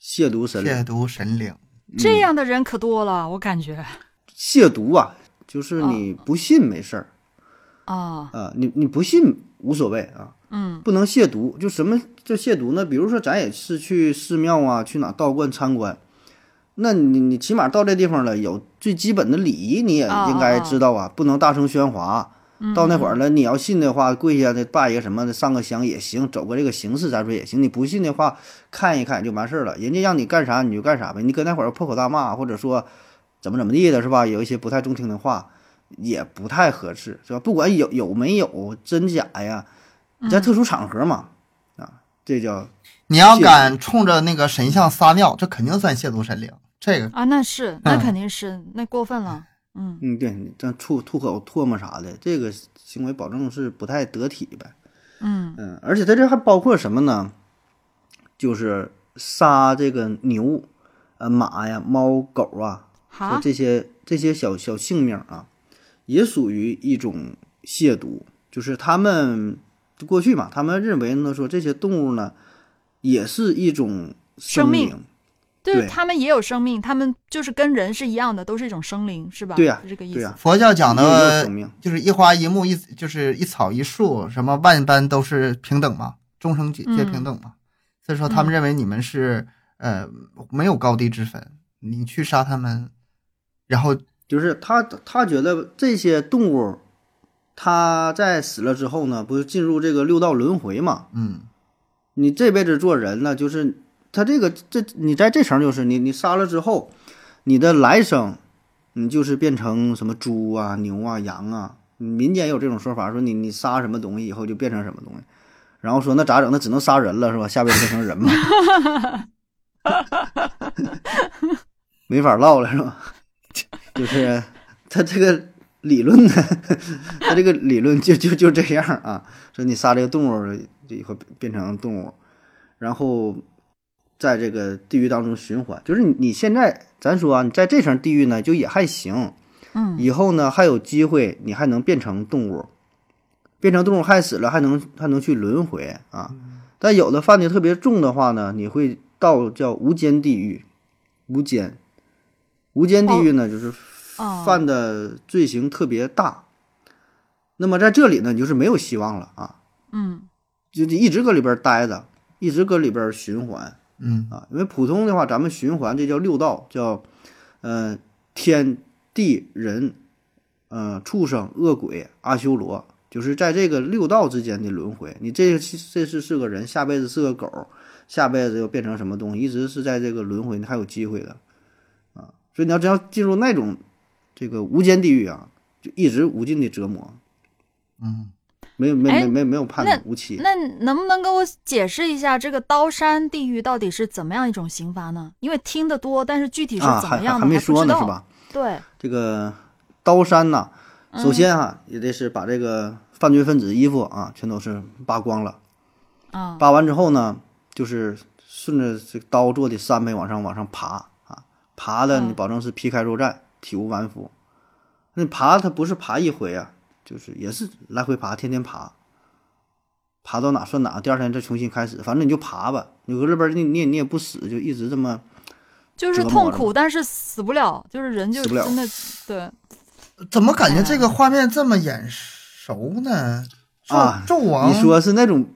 亵渎神灵，亵渎神灵，嗯这样的人可多了，我感觉亵渎啊，哦就是你不信没事儿啊，啊，你你不信无所谓啊，嗯不能亵渎。就什么叫亵渎呢？比如说咱也是去寺庙啊，去哪道观参观，那你你起码到这地方了，有最基本的礼仪你也啊应该啊啊知道啊，不能大声喧哗。到那会儿了，你要信的话，跪下的拜一个什么的，上个香也行，走个这个形式咱说也行。你不信的话，看一看就完事儿了。人家让你干啥你就干啥呗，你搁那会儿破口大骂，或者说怎么怎么地的，是吧？有一些不太中听的话，也不太合适，是吧？不管有有没有真假呀，你在特殊场合嘛，啊，这叫你要敢冲着那个神像撒尿，这肯定算亵渎神灵。这个啊，那是那肯定是那过分了，嗯嗯，对，你这吐吐口唾沫啥的，这个行为保证是不太得体呗。嗯嗯，而且它这还包括什么呢？就是杀这个牛、呃马呀、猫狗啊，说哈这些这些小小性命啊，也属于一种亵渎。就是他们过去嘛，他们认为呢说这些动物呢，也是一种生命灵就是对他们也有生命，他们就是跟人是一样的，都是一种生灵，是吧？对呀是这个意对啊思。呀佛教讲也有的生命。就是一花一木一就是一草一树，什么万般都是平等嘛，众生皆皆平等嘛。所以说他们认为你们是、呃没有高低之分，你去杀他们，然后就是他他觉得这些动物，它在死了之后呢，不是进入这个六道轮回嘛？嗯你这辈子做人呢，就是他这个这你在这层就是你你杀了之后，你的来生，你就是变成什么猪啊、牛啊、羊啊。民间也有这种说法，说你你杀什么东西以后就变成什么东西，然后说那咋整？那只能杀人了是吧？下辈子变成人嘛， 没法唠了是吧？ 就是他这个理论呢，他这个理论就就就这样啊。说你杀这个动物就以后变成动物，然后在这个地狱当中循环。就是你你现在咱说啊，你在这层地狱呢就也还行，嗯以后呢还有机会，你还能变成动物，变成动物害死了还能还能去轮回啊。但有的犯的特别重的话呢，你会到叫无间地狱，无间，无间地狱呢、就是哦犯的罪行特别大。那么在这里呢，你就是没有希望了啊。嗯就就一直搁里边儿待着，一直搁里边儿循环嗯啊。因为普通的话，咱们循环这叫六道，叫呃天地人，呃畜生、恶鬼、阿修罗，就是在这个六道之间的轮回。你这这次是个人，下辈子是个狗，下辈子又变成什么东西，一直是在这个轮回，你还有机会的啊。所以你要真要进入那种这个无间地狱啊，就一直无尽的折磨，嗯，没有没有哎没有没有没有判那断无期。那能不能给我解释一下这个刀山地狱到底是怎么样一种刑罚呢？因为听得多，但是具体是啊，怎还么样还的、还没不说知呢，道是吧？对，这个刀山呐、首先哈、也得是把这个犯罪分子衣服啊，全都是扒光了。啊扒完之后呢，就是顺着这个刀做的山呗，往上往上爬啊，爬的你嗯保证是皮开肉绽，体无完肤。那爬它不是爬一回啊，就是也是来回爬，天天爬，爬到哪算哪，第二天再重新开始，反正你就爬吧，你搁这边儿你你也你也不死，就一直这么。就是折磨痛着苦，但是死不了，就是人就死不了真的对，怎么感觉这个画面这么眼熟呢？纣啊纣王你说是那种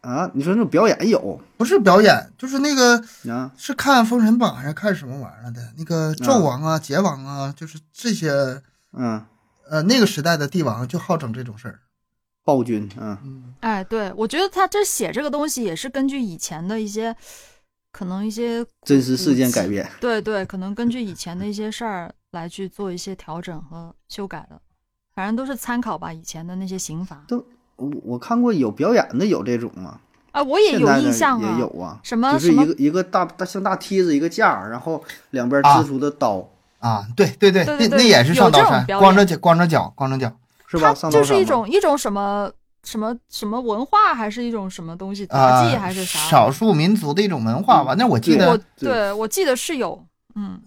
啊，你说那种表演有不是表演，就是那个啊，是看《封神榜》还是看什么玩意儿的？那个纣王啊、桀王啊，就是这些嗯，呃那个时代的帝王就好整这种事儿。暴君，嗯，嗯，哎，对，我觉得他这写这个东西也是根据以前的一些，可能一些真实事件改编，对对，可能根据以前的一些事儿来去做一些调整和修改的，反正都是参考吧以前的那些刑罚。我我看过有表演的有这种吗？啊，我也现嗯有在印的象啊，也有啊，什么就是什么一个一个大大像大梯子一个架儿，然后两边啊支出的刀、啊，对对对，对对那对那也是上有这刀种山，表光着演脚，光着脚，光着脚。是吧？它上就刀是山一嘛种一种什么什么什么文化，还是一种什么东西杂啊，技，还是啥？少数民族的一种文化吧。那我记对得我，对对我记得是有，嗯，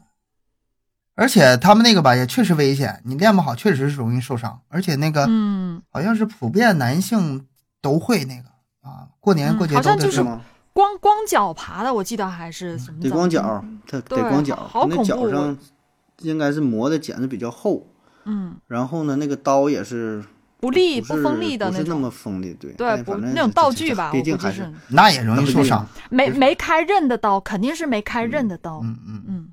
而且他们那个吧也确实危险，你练不好确实是容易受伤，而且那啊个嗯，好像是普遍男性都会那个啊，过年嗯过节好都像得就是练吗？光光脚爬的，我记得还是什么得怎嗯光么脚，，它得嗯对光脚，好好它那恐脚怖啊上应该是磨的茧子比较厚，嗯，然后呢，那个刀也是不利不不是锋利的不是那种，么锋利，对对，但不反正那种这道这具这吧，我毕估竟计还是是那也容易受伤。没就是没开刃的刀，肯定是没开刃的刀，嗯嗯，嗯，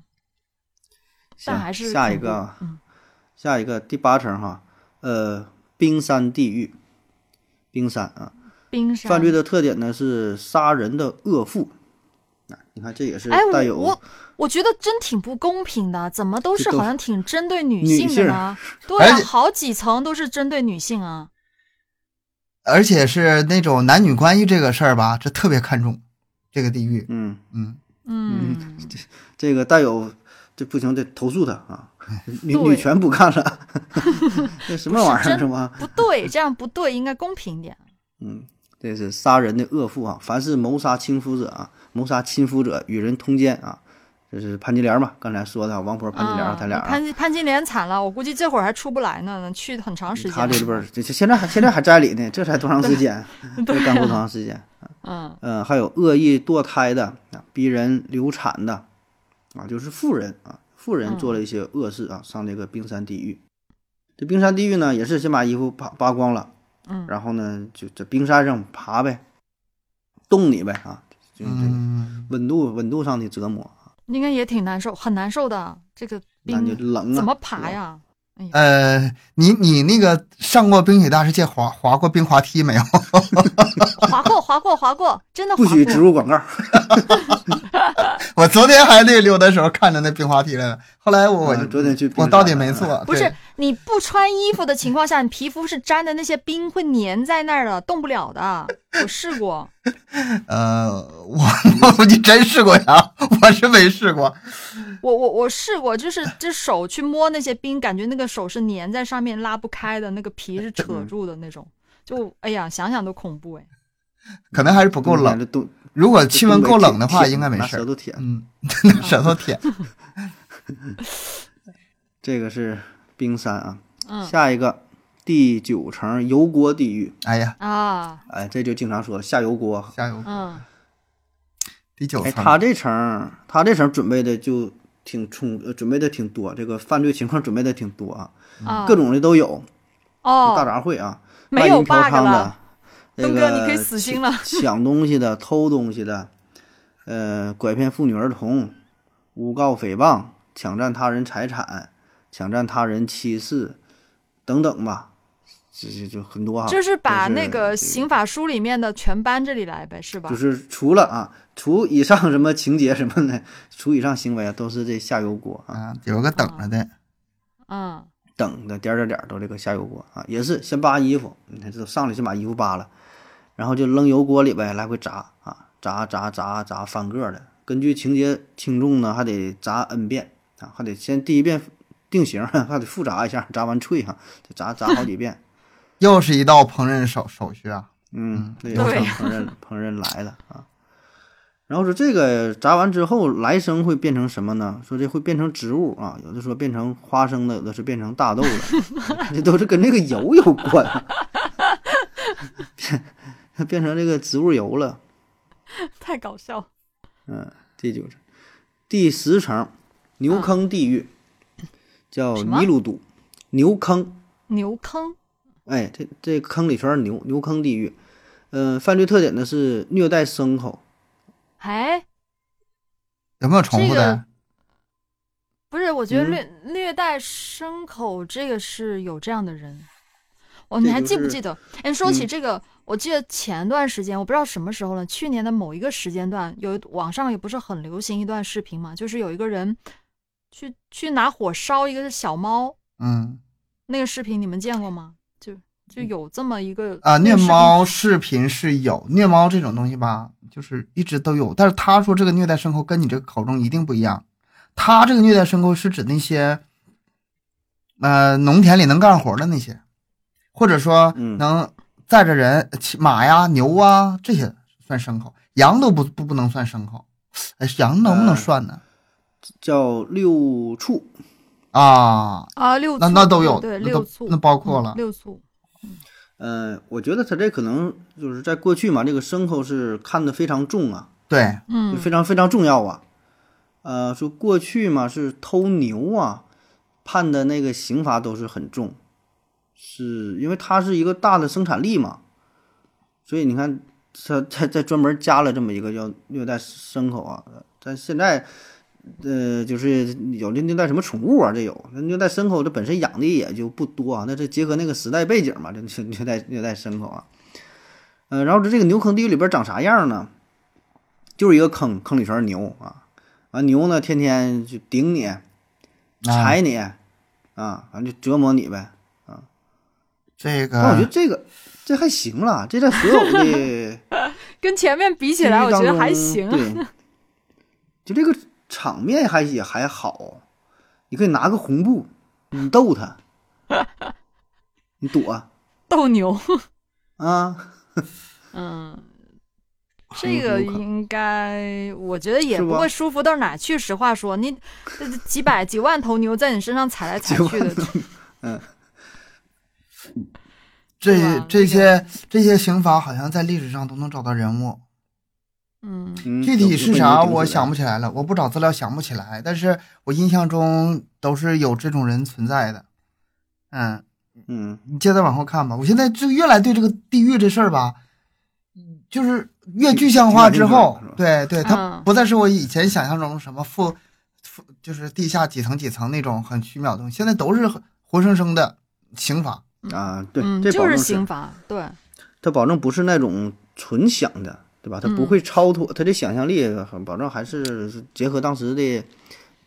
行但还是下恐一怖个啊，嗯下一个第八层哈，呃，冰山地狱，冰山啊，冰山犯罪的特点呢是杀人的恶妇，啊，你看这也是哎，带我有我我觉得真挺不公平的，怎么都这是都好像挺针对女女性性的儿 呢？对啊而且，好几层都是针对女性啊。而且是那种男女关系这个事儿吧，这特别看重这个地域。嗯，嗯，嗯，这个带有这不行，得投诉他 啊，女对女权不干 了，这什么玩意不是儿真是吧？不对，这样不对，应该公平点。嗯，这是杀人的恶妇啊！凡是谋杀亲夫者啊，谋杀亲夫者与人通奸啊，这是潘金莲嘛？刚才说的啊王婆潘金莲，啊他俩啊，潘金潘金莲惨了，我估计这会儿还出不来呢，去很长时间。啊他这里边儿这这现在还现在还在理呢，这才多长时间？这干过多长时间？嗯，嗯，还有恶意堕胎的啊，逼人流产的啊，就是妇人啊，妇人做了一嗯些恶事啊，上这个冰山地狱。这冰山地狱呢，也是先把衣服扒扒光了，嗯然后呢，就这冰山上爬呗，冻你呗啊，就是这个。嗯，温度温度上的折磨，应该也挺难受，很难受的。这个那就冰冷啊，怎么是吧爬？呀？呃，你你那个上过冰雪大世界滑滑过冰滑梯没有？ 划过，划过，划过，真的划不许植过。入广告。我昨天还那溜达的时候看着那冰滑梯来了，后来我我啊昨天去冰我上到底没了错，不是对你不穿衣服的情况下，你皮肤是沾的那些冰会粘在那儿的，动不了 的。我试过，呃，我 我你真试过呀？ 我是没试过。我我我试过，就是这手去摸那些冰，感觉那个手是粘在上面拉不开的，那个皮是扯住的那种。就哎呀，想想都恐怖哎。可能还是不够冷。这冻，如果气温这冻够得冷的话，舔应该没拿事舌儿。头舔，嗯， 拿舌头舔。这个是冰山啊。嗯下一个第九层油锅地狱，哎呀，啊，哎，这就经常说下油锅。加油！嗯，第九哎，层，他这层他这层准备的就挺充，呃准备的挺多，这个犯罪情况准备的挺多啊，啊，各种的都有，大哦，杂烩啊，没有 bug 卖淫嫖娼的了，，这东个哥你可以死心了抢抢东西的、偷东西的，呃，拐骗妇女儿童、诬告诽谤、抢占他人财产、抢占他人妻室等等吧，这这就很多哈。就是把都那个啊这刑法书里面的全搬这里来呗，是吧就？是除了啊，除以上什么情节什么的，除以上行为啊，都是这下油锅啊，啊，有个等着的。嗯，等的点儿点儿点儿都这个下油锅啊，也是先扒衣服，你看这都上来先把衣服扒了，然后就扔油锅里呗，来回炸啊，炸炸炸炸翻个儿的，根据情节轻重呢，还得炸 n 遍啊，还得先第一遍定型， 还得复炸一下，炸完脆哈、得炸炸好几遍，又是一道烹饪手手续啊！嗯，对，对上烹饪 烹饪来了啊。然后说这个炸完之后，来生会变成什么呢？说这会变成植物啊，有的说变成花生的，有的是变成大豆 的，这都是跟这个油有关， 变变成这个植物油了。 太搞笑了。嗯，第九层，第十层，牛坑地狱，叫嗯什么尼鲁都，牛坑。牛坑哎，这这坑里全是牛，牛坑地狱。嗯、犯罪特点呢是虐待牲口，哎，有没有重复的？不是，我觉嗯得虐、虐待牲口这个是有这样的人。哦，这你还就记不是记得？哎，说起嗯这个，我记得前段时间，我不知道什么时候了，去年的某一个时间段，有网上也不是很流行一段视频嘛，就是有一个人去去拿火烧一个小猫，嗯那个视频你们见过吗？就就有这么一个啊，那虐个视频猫视频是有虐猫这种东西吧，就是一直都有。但是他说这个虐待牲口跟你这个口中一定不一样，他这个虐待牲口是指那些，呃，农田里能干活的那些，或者说嗯能载着人、骑马呀、牛啊这些算牲口，羊都不不不能算牲口。哎，羊能不能呃算呢？叫六畜。啊，啊，六那促那都有，对那都六促那包括了嗯。六促，嗯、我觉得他这可能就是在过去嘛，这个牲口是看得非常重啊，对，就嗯，非常非常重要啊。呃，说过去嘛是偷牛啊，判的那个刑罚都是很重，是因为它是一个大的生产力嘛，所以你看它它再专门加了这么一个叫虐待牲口啊，但现在。呃，就是有的虐待什么宠物啊，这有那虐待牲口，这本身养的也就不多啊。那这结合那个时代背景嘛，这就虐待虐待牲口啊。呃，然后这个牛坑地狱里边长啥样呢？就是一个坑，坑里全是牛啊，完牛呢天天就顶你、啊、踩你，啊，反正就折磨你呗。这但我觉得个这个这还行啦，这在所有的 地跟前面比起狱来，我当觉中，得还行啊。对，就这个场面还也还好，你可以拿个红布，你逗 他，你躲斗牛，啊，嗯，有这个有可应该我觉得也是不吧会舒服到哪儿去。实话说，你这这几百几万头牛在你身上踩来 踩结果去的，这对吧这这些这些刑罚好像在历史上都能找到人物，嗯，嗯具体是啥我想不不起来了，我不找资料想不起来，但是我印象中都是有这种人存在的。嗯，嗯，你接着往后看吧，我现在就越来对这个地狱这事儿吧，嗯就是越具象化之挺挺后感兴趣的是吧，对对，它嗯不再是我以前想象中什么负负就是地下几层几层那种很虚渺的东西，现在都是活生生的刑罚。啊，对，嗯，这保就证是是刑罚，对，他保证不是那种纯想的，对吧？他不嗯会超脱，他的想象力很保证还是结合当时的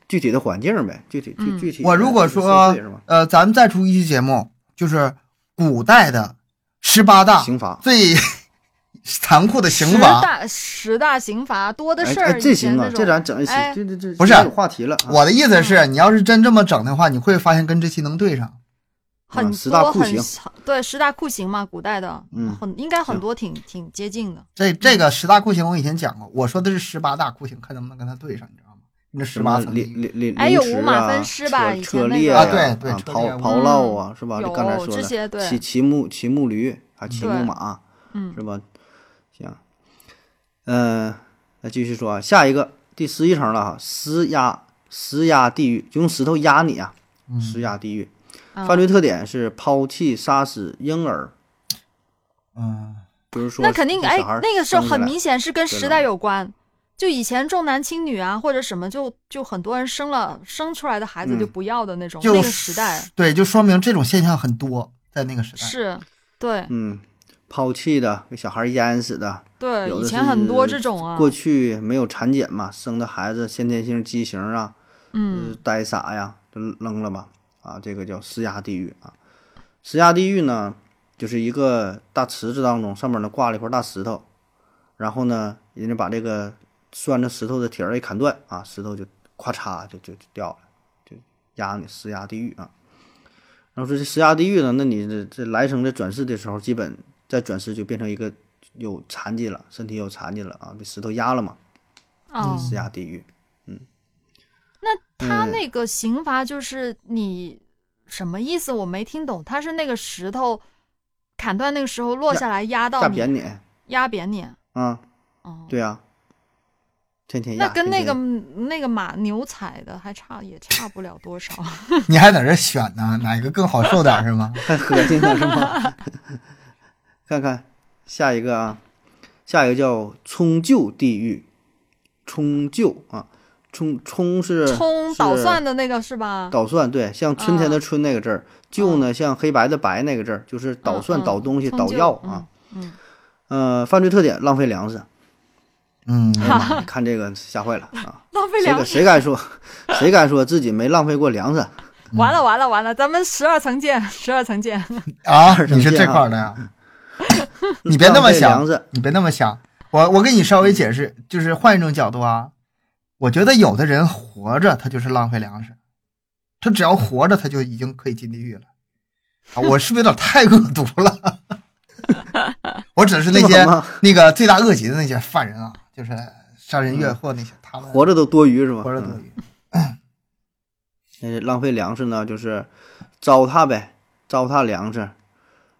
具体的环境呗，具体具嗯具体的我如果这个说社会是吧呃，咱们再出一期节目，就是古代的十八大刑罚，最 残酷的刑十罚。大十大刑罚多的哎事哎，儿、这以前行啊，种这咱整一期哎，这这这不是有话题了啊，我的意思嗯是，你要是真这么整的话，你会发现跟这期能对上。很啊十大多酷很刑少对十大酷刑嘛，古代的，嗯很应该很行多挺挺接近的。这这个十大酷刑我以前讲过，我说的是十八大酷刑，看能不能跟它对上，你知道吗？你这十什八么层零地零零哎有零食五马啊分尸吧车以前车那裂个嗯呀啊对对啊车刨裂刨烙啊，是吧？有这刚才说这的些对骑骑木骑木驴，还骑木对马，嗯是吧？行，嗯，那继续说啊，下一个第十一层了哈，施压施压地狱，就用石头压你啊，嗯施压地狱。啊犯罪特点是抛弃、杀死婴儿，嗯，就是说那肯定这哎小孩儿，那个时候生下很来明显是跟对时了代有关。就以前重男轻女啊，或者什么，就就很多人生了生出来的孩子嗯就不要的那种，就那个时代对，就说明这种现象很多，在那 个时代。是，对哎嗯，抛弃的，给小孩儿淹死的，对，有以的前很多是这种啊，过去没有产检嘛，生的孩子先天性畸形啊，嗯，呆傻呀，就扔了吧。啊，这个叫施压地狱啊。施压地狱呢，就是一个大池子当中，上面呢挂了一块大石头，然后呢，人家把这个拴着石头的铁儿一砍断啊，石头就咔嚓就就就掉了，就压你施压地狱啊。然后说这施压地狱呢，那你这这来生这转世的时候，基本再转世就变成一个有残疾了，身体有残疾了啊，被石头压了嘛，哦，施压地狱。他嗯那个刑罚就是你什么意思？我没听懂，他是那个石头砍断那个石头落压下来压到大你，扁你压扁你，啊，哦，对啊，天天压。那跟天那天 个嗯那个马牛踩的还差也差不了多少。你还在这选 呢，哪个更好受点儿是吗？ 还合计呢是吗？看看下一个啊，下一个叫冲臼地狱，冲臼啊，冲冲是 冲是捣蒜的那个是啊吧？捣蒜，对，像春天的春那个字儿，臼嗯呢像黑白的白那个字儿，就是捣蒜、嗯捣东西、冲捣臼药啊。嗯呃，犯罪特点：浪费粮食。嗯，哎呀妈呀，看这个吓坏了啊！浪 费谁粮敢食，谁敢说， 谁敢说自己没浪费过粮食？完了完了完了，咱们十二层见，十二层见。啊，二你是层这见块儿的呀？ 你别那浪么费想粮，食你别那么想，我我给你稍微解释，就是换一种角度啊。我觉得有的人活着他就是浪费粮食，他只要活着他就已经可以进地狱了。啊，我是不是有点太恶毒了？ 我指的是那这些么狠吗那个罪大恶极的那些犯人啊，就是杀人越货那些，他嗯们活着都多余是吧？活着嗯多余。那浪费粮食呢，就是糟蹋呗，糟蹋粮食，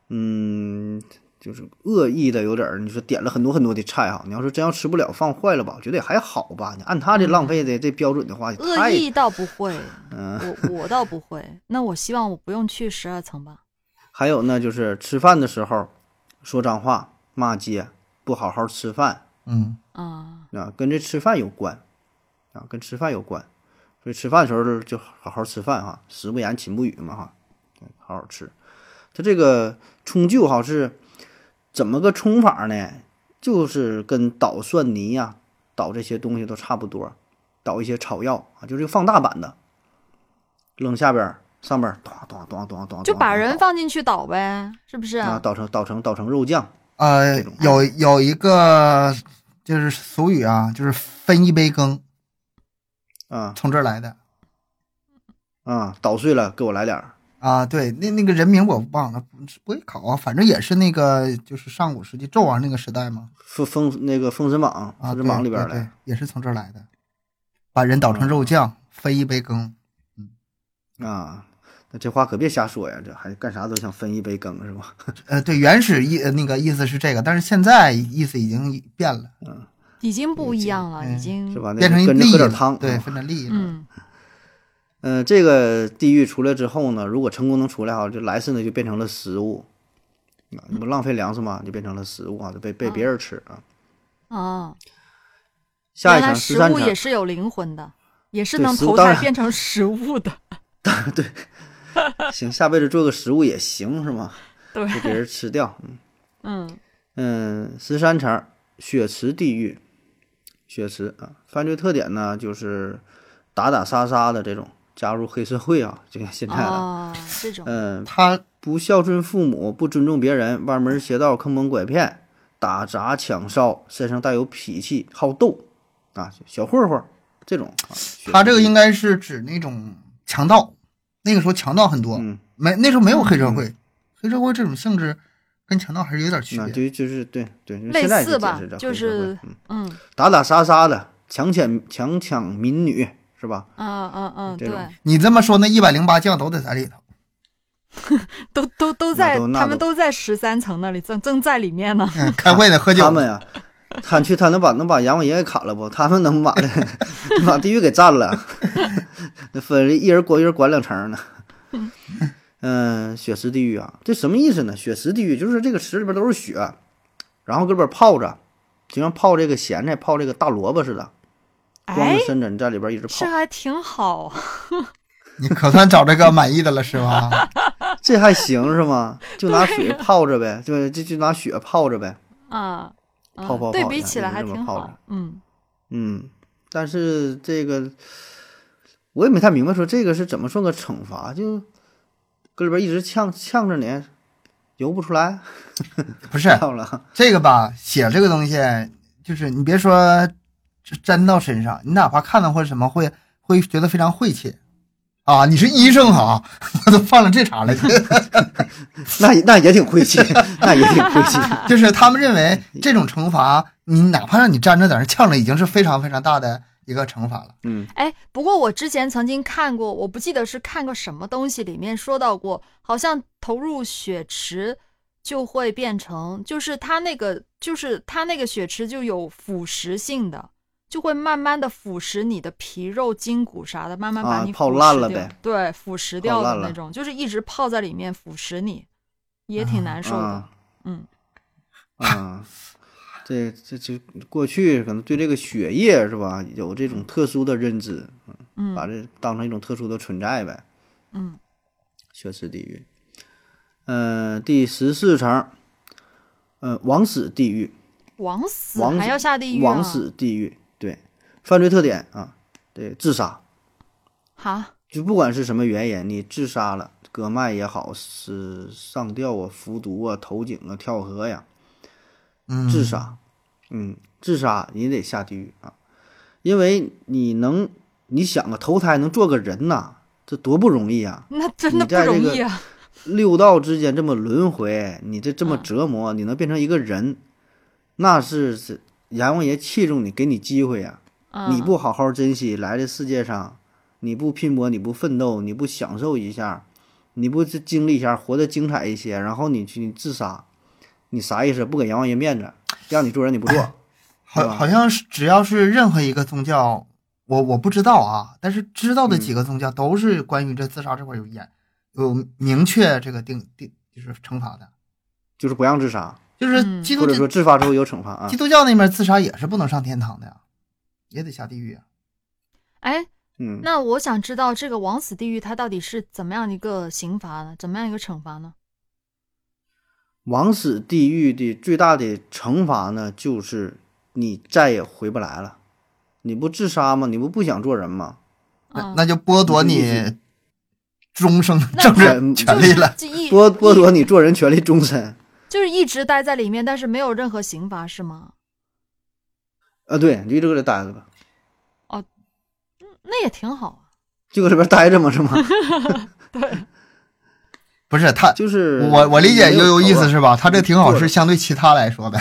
嗯，就是恶意的有点儿。你说点了很多很多的菜哈，你要是真要吃不了，放坏了吧，我觉得也还好吧。你按他这浪费的这标准的话，也恶太意倒不会，嗯。我我倒不会。那我希望我不用去十二层吧。还有呢，就是吃饭的时候说脏话、骂街，不好好吃饭，嗯，啊、啊，跟这吃饭有关，啊，跟吃饭有关，所以吃饭的时候就好好吃饭哈，食不言寝不语嘛哈，对好好吃。它这个冲臼哈是怎么个冲法呢？就是跟捣蒜泥呀、捣这些东西都差不多，捣一些草药啊，就是放大版的，扔下边儿，上边儿咚咚咚咚咚，就把咚人咚放进去捣呗，是不是？啊捣成捣成捣成肉酱，呃这种，有有一个就是俗语啊，就是分一杯羹，啊从这儿来的。啊捣碎了给我来点儿，啊，对，那那个人名我忘了，不是不会考啊，反正也是那个，就是上古时期纣王那个时代嘛。封封那个《封神榜》《啊，封对神榜》里边儿对来。哦对，也是从这儿来的，把人捣成肉酱，分一杯羹。啊，那这话可别瞎说呀，这还干啥都想分一杯羹是吧？呃，对，原始意呃那个意思是这个，但是现在意思已经变了，已经不一样了，嗯已经是吧？那变成个跟着利益喝点了，汤。对，嗯分成利益了。嗯，呃，这个地狱出来之后呢，如果成功能出来哈，就来世呢就变成了食物，啊你不浪费粮食嘛，就变成了食物啊，就被嗯被别人吃啊。啊，下一原来层十食三物也层，是有灵魂的，也是对能食物投当胎然变成食物的。行，下辈子做个食物也行是吗？ 对被别人吃掉。嗯 嗯，嗯，十三层血池地狱，血池啊，犯罪特点呢就是打打杀杀的这种，加入黑社会啊，就像现在啊，啊，这种嗯、他不孝顺父母，不尊重别人，歪门邪道、坑蒙拐骗，打砸抢烧，身上带有痞气，好斗啊，小混混儿这种。啊、 他这个应该该是指那种强盗，那个时候强盗很多，嗯，没那时候没有黑社会，黑社会这种性质跟强盗还是有点区那别。啊就就是对对，类现在似就吧解释这就黑社会是嗯嗯打打杀杀的，强抢强抢民女是吧？嗯嗯嗯，这对种，你这么说，那一百零八将都得 在里头。都都都那在都那他们都都在十三层那里，正正在里面呢。嗯，开会呢，喝酒。他们呀、他去他能把能把阎王爷给砍了不？他们能把能 把地狱给占了， 那分一人管一人管两层呢。嗯，血池地狱啊，这什么意思呢？血池地狱就是这个池里边都是血，然后搁里边泡着，就像泡这个咸菜、泡这个大萝卜似的，光哎啊着，身子你在里边一直泡这，还挺好啊，你可算找这个满意的了是吧？这还行是吗？就拿水泡着呗，就就就拿血泡着呗，啊，嗯泡泡泡对比起来还你看挺这么泡着好。嗯，嗯，但是这个我也没太明白，说这个是怎么算个惩罚？就搁里边一直呛呛着你，游不出来，不是到了， 这个吧，血这个东西，就是你别说沾到身上，你哪怕看到或者什么会会觉得非常晦气啊。 你是医生哈，我都犯了这茬了。那也那也挺晦气， 那也挺晦 气。就是他们认为这种惩罚，你哪怕让你沾着在那呛着，已经是非常非常大的一个惩罚了。嗯，哎，不过我之前曾经看过，我不记得是看个什么东西，里面说到过，好像投入血池就会变成，就是它那个，就是它那个血池就有腐蚀性的，就会慢慢的腐蚀你的皮肉、筋骨啥的，慢慢把啊你泡腐烂蚀了掉呗，对，腐蚀掉烂的那了种，就是一直泡在里面腐蚀你，也挺难受的。啊，嗯，啊，这这就过去可能对这个血液是吧，有这种特殊的认知，嗯把这当成一种特殊的存在呗。嗯，血池地狱。呃，第十四层，呃，枉死地狱，枉死枉还死要下地狱、啊？枉死地狱，对，犯罪特点啊，对，自杀，哈，就不管是什么原因，你自杀了，割脉也好，是上吊啊、服毒啊、投井啊、跳河呀，嗯，自杀，嗯，自杀你得下地狱啊，因为你能，你想啊，投胎能做个人呐、这多不容易啊！那真的你不在这容个易啊！六道之间这么轮回，你这这么嗯折磨，你能变成一个人，那是是阎王爷器重你，给你机会呀、你嗯不好好珍惜来这世界上，你不拼搏，你不奋斗，你不享受一下，你不去经历一下，活得精彩一些，然后你去你自杀，你啥意思？不给阎王爷面子，让你做人你不做，好，好像是只要是任何一个宗教，我我不知道啊，但是知道的嗯几个宗教都是关于这自杀这块有严有明确这个定定就是惩罚的，就是不让自杀，就是嗯基督或者教、说自杀之后有惩罚啊基。督教那边自杀也是不能上天堂的呀，也得下地狱啊。哎，嗯，那我想知道这个枉死地狱它到底是怎么样一个刑罚呢？怎么样一个惩罚呢？枉死地狱的最大的惩罚呢，就是你再也回不来了。你不自杀吗？你不不想做人吗？那嗯，那就剥夺你终生的政治那权利了。就是一剥剥夺你做人权利终身就是一直待在里面，但是没有任何刑罚是吗？啊！对，你就这搁这待着吧，那也挺好啊。就搁这边待着嘛，是吗？ 不是他，就是我我理解悠悠意思是吧？他这挺好，啊做是的相对其他来说嗯的。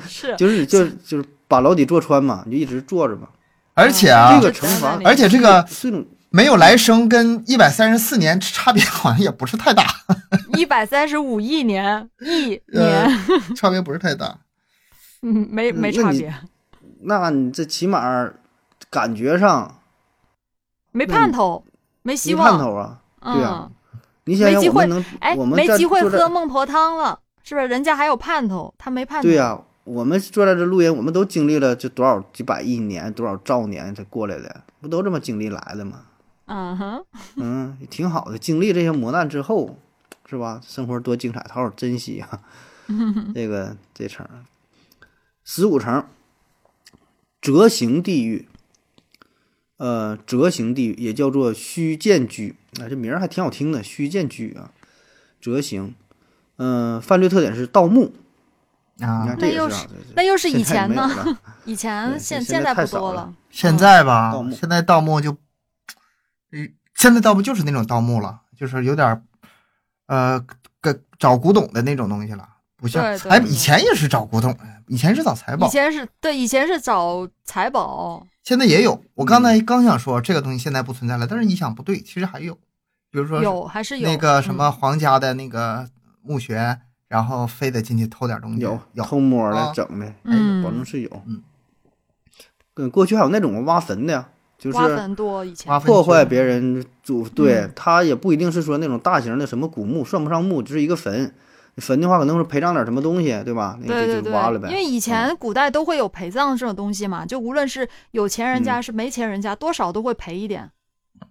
是，就是就是就是把牢底坐穿嘛，你就一直坐着嘛。 而且啊，嗯这个惩罚嗯而且这个是一种没有来生跟一百三十四年差别好像也不是太大，一百三十五亿年 亿呃年，， 差别不是太大。嗯，没没那差你别，那你这起码感觉上没那盼你头，没希没盼望，头啊。对啊嗯，你想想，没机我会们能，哎，我们没在机会坐在喝孟婆汤了，是不是？人家还有盼头，他没盼头。对啊呀、我们坐在这录音，我们都经历了这多少几百亿年、多少兆年才过来的，不都这么经历来的 吗？嗯哼，嗯，也挺好的。经历这些磨难之后，是吧？生活多精彩，好好珍惜 啊。这个这层，十五层，折形地狱。呃，折形地狱也叫做虚剑居，啊，这名儿还挺好听的，虚剑居啊，折形。嗯、犯罪特点是盗墓，你啊看，这也那又是啊是，这这那又是以现在前没有呢？了 以对前现现在在太不少多了了，现在吧盗墓，现在盗墓就，嗯，现在盗墓就是那种盗墓了，就是有点儿，呃，跟找古董的那种东西了，不像对对哎，对以前也是找古董，以前是找财以宝，前是对，以前是找财宝，现在也嗯有。我刚才刚想说这个东西现在不存在了，但是你想不对，其实还有，比如说有还是有那个什嗯么皇家的那个墓穴，然后非得进去偷点东西，有有偷摸的啊整的，哎嗯保证是有。嗯，跟过去还有那种挖坟的呀，就挖是坟嗯多以前挖，破坏人。别人祖，对他也不一定是说那种大型的什么古墓，算不上墓，就是一个坟。坟的话，可能是陪葬点什么东西，对吧？那对就对就对挖了，因呗。为以前古代都会有陪葬这种东西嘛，就无论是有钱人嗯家是没钱人家，多少都会赔一点。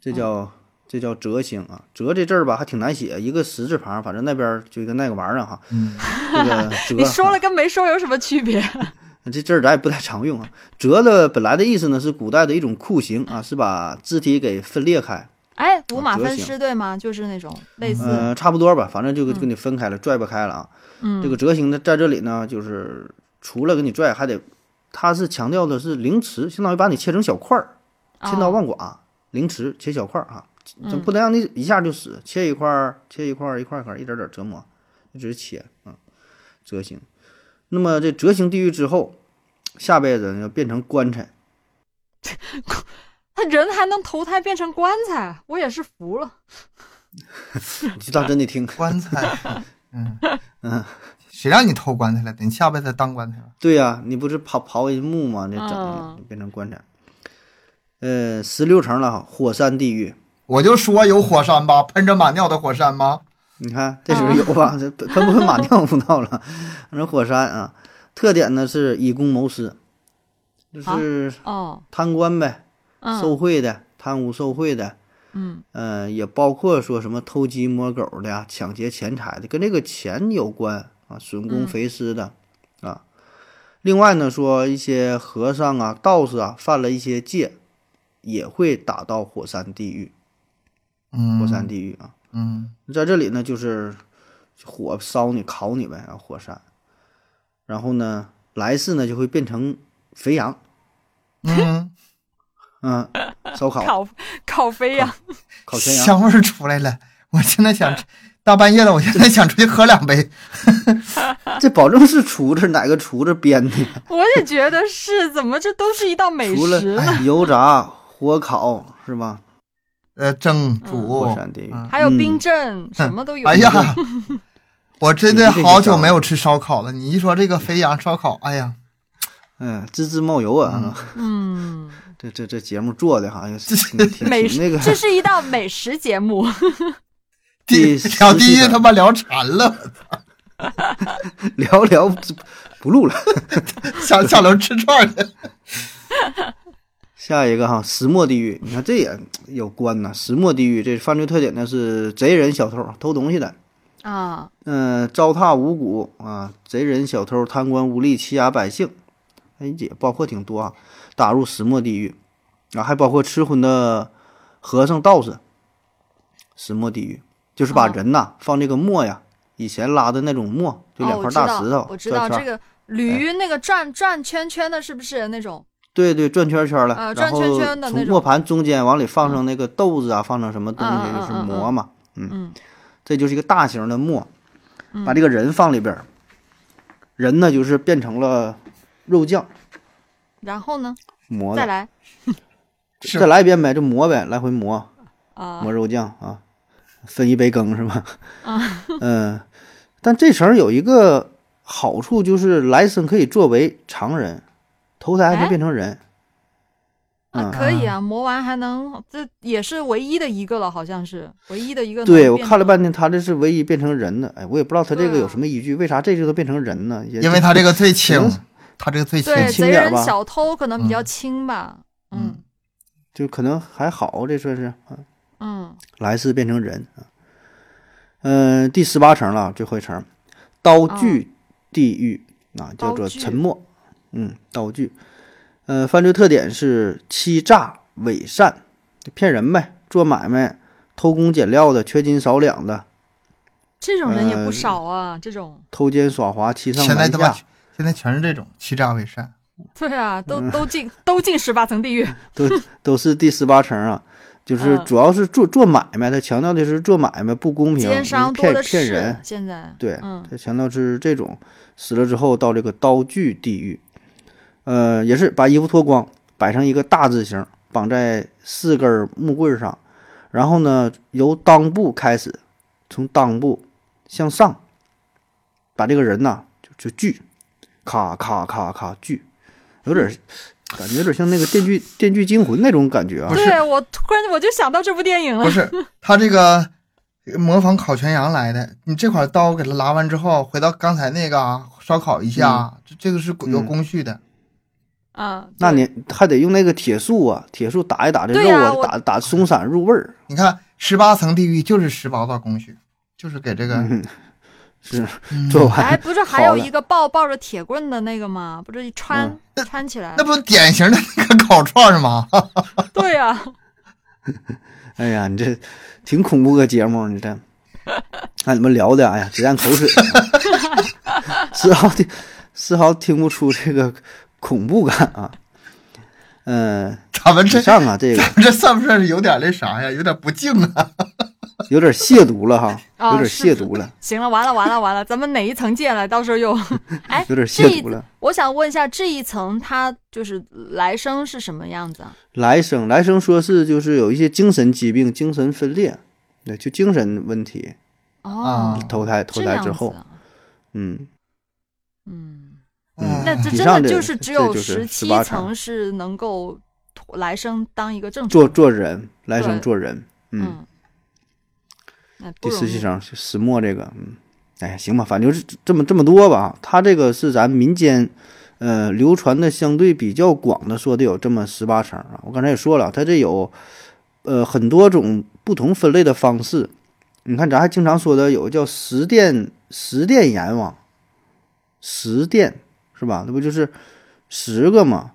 这叫这叫折星啊，折这字儿吧还挺难写，一个十字旁，反正那边儿就跟那个玩意儿啊哈。嗯，这个折， 你说了跟没说有什么 区别？这字儿咱也不太常用啊。折的本来的意思呢是古代的一种酷刑啊，是把肢体给分裂开，哎，五马折分形尸对吗？就是那种类似，呃，差不多吧，反正就给给你分开了，拽不开了啊。嗯，这个折形呢，在这里呢，就是除了给你拽，还得，它是强调的是凌迟，相当于把你切成小块儿，千刀啊万剐，凌迟切小块儿啊，这嗯不能让你一下就死，切一块儿，切一块儿，一块儿一块儿，一点点折磨，一直切啊，折形。那么这折形地狱之后，下辈子呢要变成棺材，他人还能投胎变成棺材，我也是服了。你就当真的听。棺材，嗯嗯，谁让你偷棺材了？等你下辈子当棺材了。 对呀、你不是刨刨一墓吗？这整的嗯就变成棺材。呃，十六层了哈，火山地狱。我就说有火山吧，喷着满尿的火山吗？你看这时候有吧？这喷不喷马尿不到了？ 那火山啊，特点呢是以公谋私，就是哦，贪官呗，嗯受贿的、贪污受贿的，嗯呃，也包括说什么偷鸡摸狗的呀、抢劫钱财的，跟这个钱有关啊，损公嗯肥私的、啊。另外呢，说一些和尚啊、道士啊犯了一些戒，也会打到火山地狱。嗯，火山地狱啊，嗯，在这里呢，就是火烧你、烤你呗啊，火山。然后呢，来世呢就会变成肥羊，嗯嗯，烧烤、 烤烤肥羊， 烤全羊。哎香味儿出来了，我现在想，大半夜了，我现在想出去喝两杯。 这保证是厨子哪个厨子编的，我也觉得是，怎么这都是一道美除了食呢？哎油炸、火烤是吧？呃，蒸火煮，山地狱，嗯还有嗯冰镇，什么都有。哎呀，我真的好久没有吃烧烤了。你一说这个肥羊烧烤，哎呀，嗯，滋滋冒油啊！嗯，这这这节目做的哈，也是挺挺美挺食，那个，这是一道美食节目。第第十聊第七一本他妈聊馋了， 聊聊不不录了。想想聊吃串儿去。下一个哈，石磨地狱，你看这也有关呐。石磨地狱这犯罪特点呢是贼人、小偷、偷东西的， 啊，嗯、糟蹋五谷啊，贼人、小偷、贪官污吏、欺压百姓，哎，也包括挺多啊，打入石磨地狱啊，还包括吃荤的和尚、道士。石磨地狱就是把哦人呐、放这个磨呀，以前拉的那种磨，就哦，两我块知大道石头，，我知道转圈哎这个驴那个转转圈圈的，是不是那种？对对，转圈圈了，啊然转后圈圈的那从种嗯磨盘中间往里放上那个豆子啊，放上什么东西，嗯嗯就是嗯嗯磨嘛。嗯，这就是一个大型的磨，把这个人放里边儿，人呢就是变成了肉酱然后呢？磨再的，来是再来一遍呗，就磨呗，来回磨啊磨肉酱啊，分一杯羹是吧？啊 嗯，但这绳儿有一个好处就是来生可以作为常人，投胎还能哎变成人。嗯啊，可以啊，磨完还能，这也是唯一的一个了，好像是唯一的一个能变成。对我看了半天，他这是唯一变成人的，哎，我也不知道他这个有什么依啊据，为啥这就能变成人呢？也因为他这个最轻行，他这个最轻。对，轻贼点儿人吧小偷可能比较嗯轻吧。嗯嗯就可能还好，这算是嗯嗯，来世变成人啊。嗯、第十八层了，最后一层，刀具地狱、啊，叫做哦刀具沉默，嗯，刀具，呃，犯罪特点是欺诈、伪善，就骗人呗，做买卖、偷工减料的、缺斤少两的、这种人也呃不少啊，这种。偷奸耍滑、欺上现在瞒他妈下，现在全是这种欺诈伪 善。对啊，都嗯都进都进十八层地狱。都是第十八层啊，就是嗯主要是做做买卖，他强调的是做买卖不公平，奸商多骗的骗是人，，现在对，嗯他强调是这种死了之后到这个刀具地狱，呃，也是把衣服脱光，摆成一个大字形，绑在四根木棍上，然后呢由裆部开始，从裆部向上，把这个人呐、就就锯，咔咔咔咔锯，有点儿感觉有点像那个《电锯电锯惊魂》那种感觉啊不。是对我突然我就想到这部电影了不。是， 他这个模仿烤全羊来的。你这块刀给它拉完之后，回到刚才那个啊，烧烤一下啊，这这个是有嗯工序的。啊，那对你还得用那个铁树啊，铁树打一打这对肉呀啊，我打打松散入味儿。你看，十八层地狱就是十八道工序，就是给这个嗯， 是嗯做完、哎，不是还有好一了个抱抱着铁棍的那个吗？不是一穿嗯穿起来那？不典型的那个烤串儿吗？ 对啊呀，哎呀，你这挺恐怖个节目，你这， 看你们聊的，哎呀，直咽口水， 丝毫听丝毫听不出这个恐怖感啊。嗯、咱们这以上啊，这个咱们这算不算是有点那啥呀？有点不敬啊！有点亵渎了哈，啊有点是亵是渎了，行了，完了完了完了，咱们哪一层见了？到时候 又哎，有点亵这一渎了。我想问一下，这一层它就是来生是什么样子啊？来生，来生说是就是有一些精神疾病、精神分裂，对，就精神问题，哦啊，投胎投这胎样之子后，啊，嗯，嗯，嗯那这以真上的这就是只这就有是十七18层是能够来生当一个正常做做人，来生嗯对做人，嗯嗯那第不容十七易。层石墨这个，嗯，哎，行吧，反正就是这么这么多吧。它这个是咱民间，呃，流传的相对比较广的，说的有这么十八层啊。我刚才也说了，它这有，呃，很多种不同分类的方式。你看，咱还经常说的有叫十殿十殿阎王，十殿是吧？那不就是十个嘛？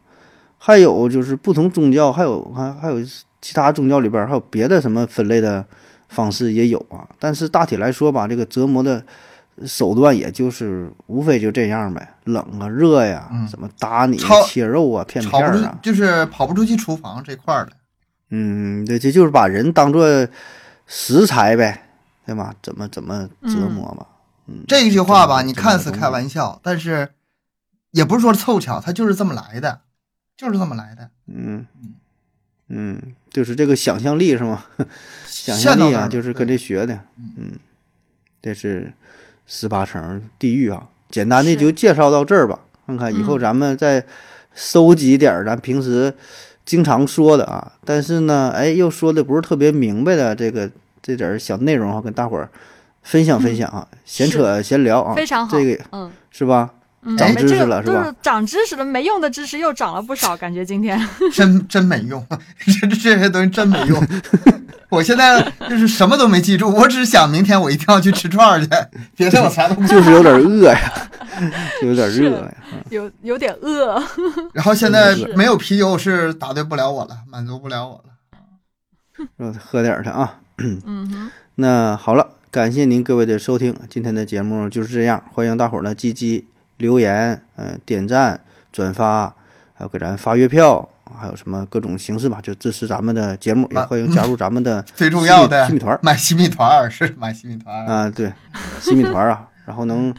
还有就是不同宗教，还有还还有其他宗教里边儿还有别的什么分类的方式也有啊。但是大体来说吧，这个折磨的手段也就是无非就这样呗，冷啊、热呀、嗯什么打你超、切肉啊、片跑片不儿出啊，就是跑不出去厨房这块儿了。嗯，对，这就是把人当做食材呗，对吧？怎么怎么折磨吧。嗯，这一句话吧，怎么你看似怎么开玩笑，但是也不是说凑巧，它就是这么来的，就是这么来的。嗯嗯，就是这个想象力是吗？想吓象到力那儿啊，了就是跟这对学的嗯，嗯，这是十八层地狱啊。简单的是就介绍到这儿吧，看看以后嗯咱们再收集点儿咱平时经常说的啊，但是呢，哎，又说的不是特别明白的这个这点儿小内容啊，跟大伙儿分享分享啊，闲嗯是扯闲聊啊，非常好，这个嗯是吧？ 嗯，长哎知识这个了是都吧是长知识了，没用的知识又长了不少，感觉今天 真真没用， 这这些东西真没 用。我现在就是什么都没记住，我只是想明天我一定要去吃串儿去，别的我 啥都不。就是有点饿呀， 就有点是热呀。有有点饿。然后现在是没有啤酒是答对不了我了，满足不了我了。让他喝点儿去啊。嗯哼，那好了，感谢您各位的收听，今天的节目就是这样，欢迎大伙儿呢积极留言，嗯、点赞、转发，还有给咱发月票，还有什么各种形式吧，就支持咱们的节目，也那欢迎加入咱们的啊 最重要西的米西米团儿买西米团儿是买西米团儿，啊、对，西米团儿啊，然后能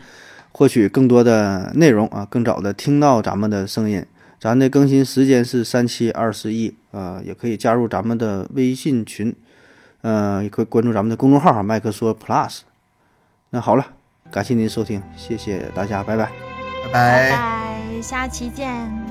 获取更多的内容啊，更早的听到咱们的声音。咱的更新时间是三七二十一，呃，也可以加入咱们的微信群，呃，也可以关注咱们的公众号啊，麦克说 Plus。那好了，感谢您收听，谢谢大家，拜拜。拜拜拜。拜，下期见。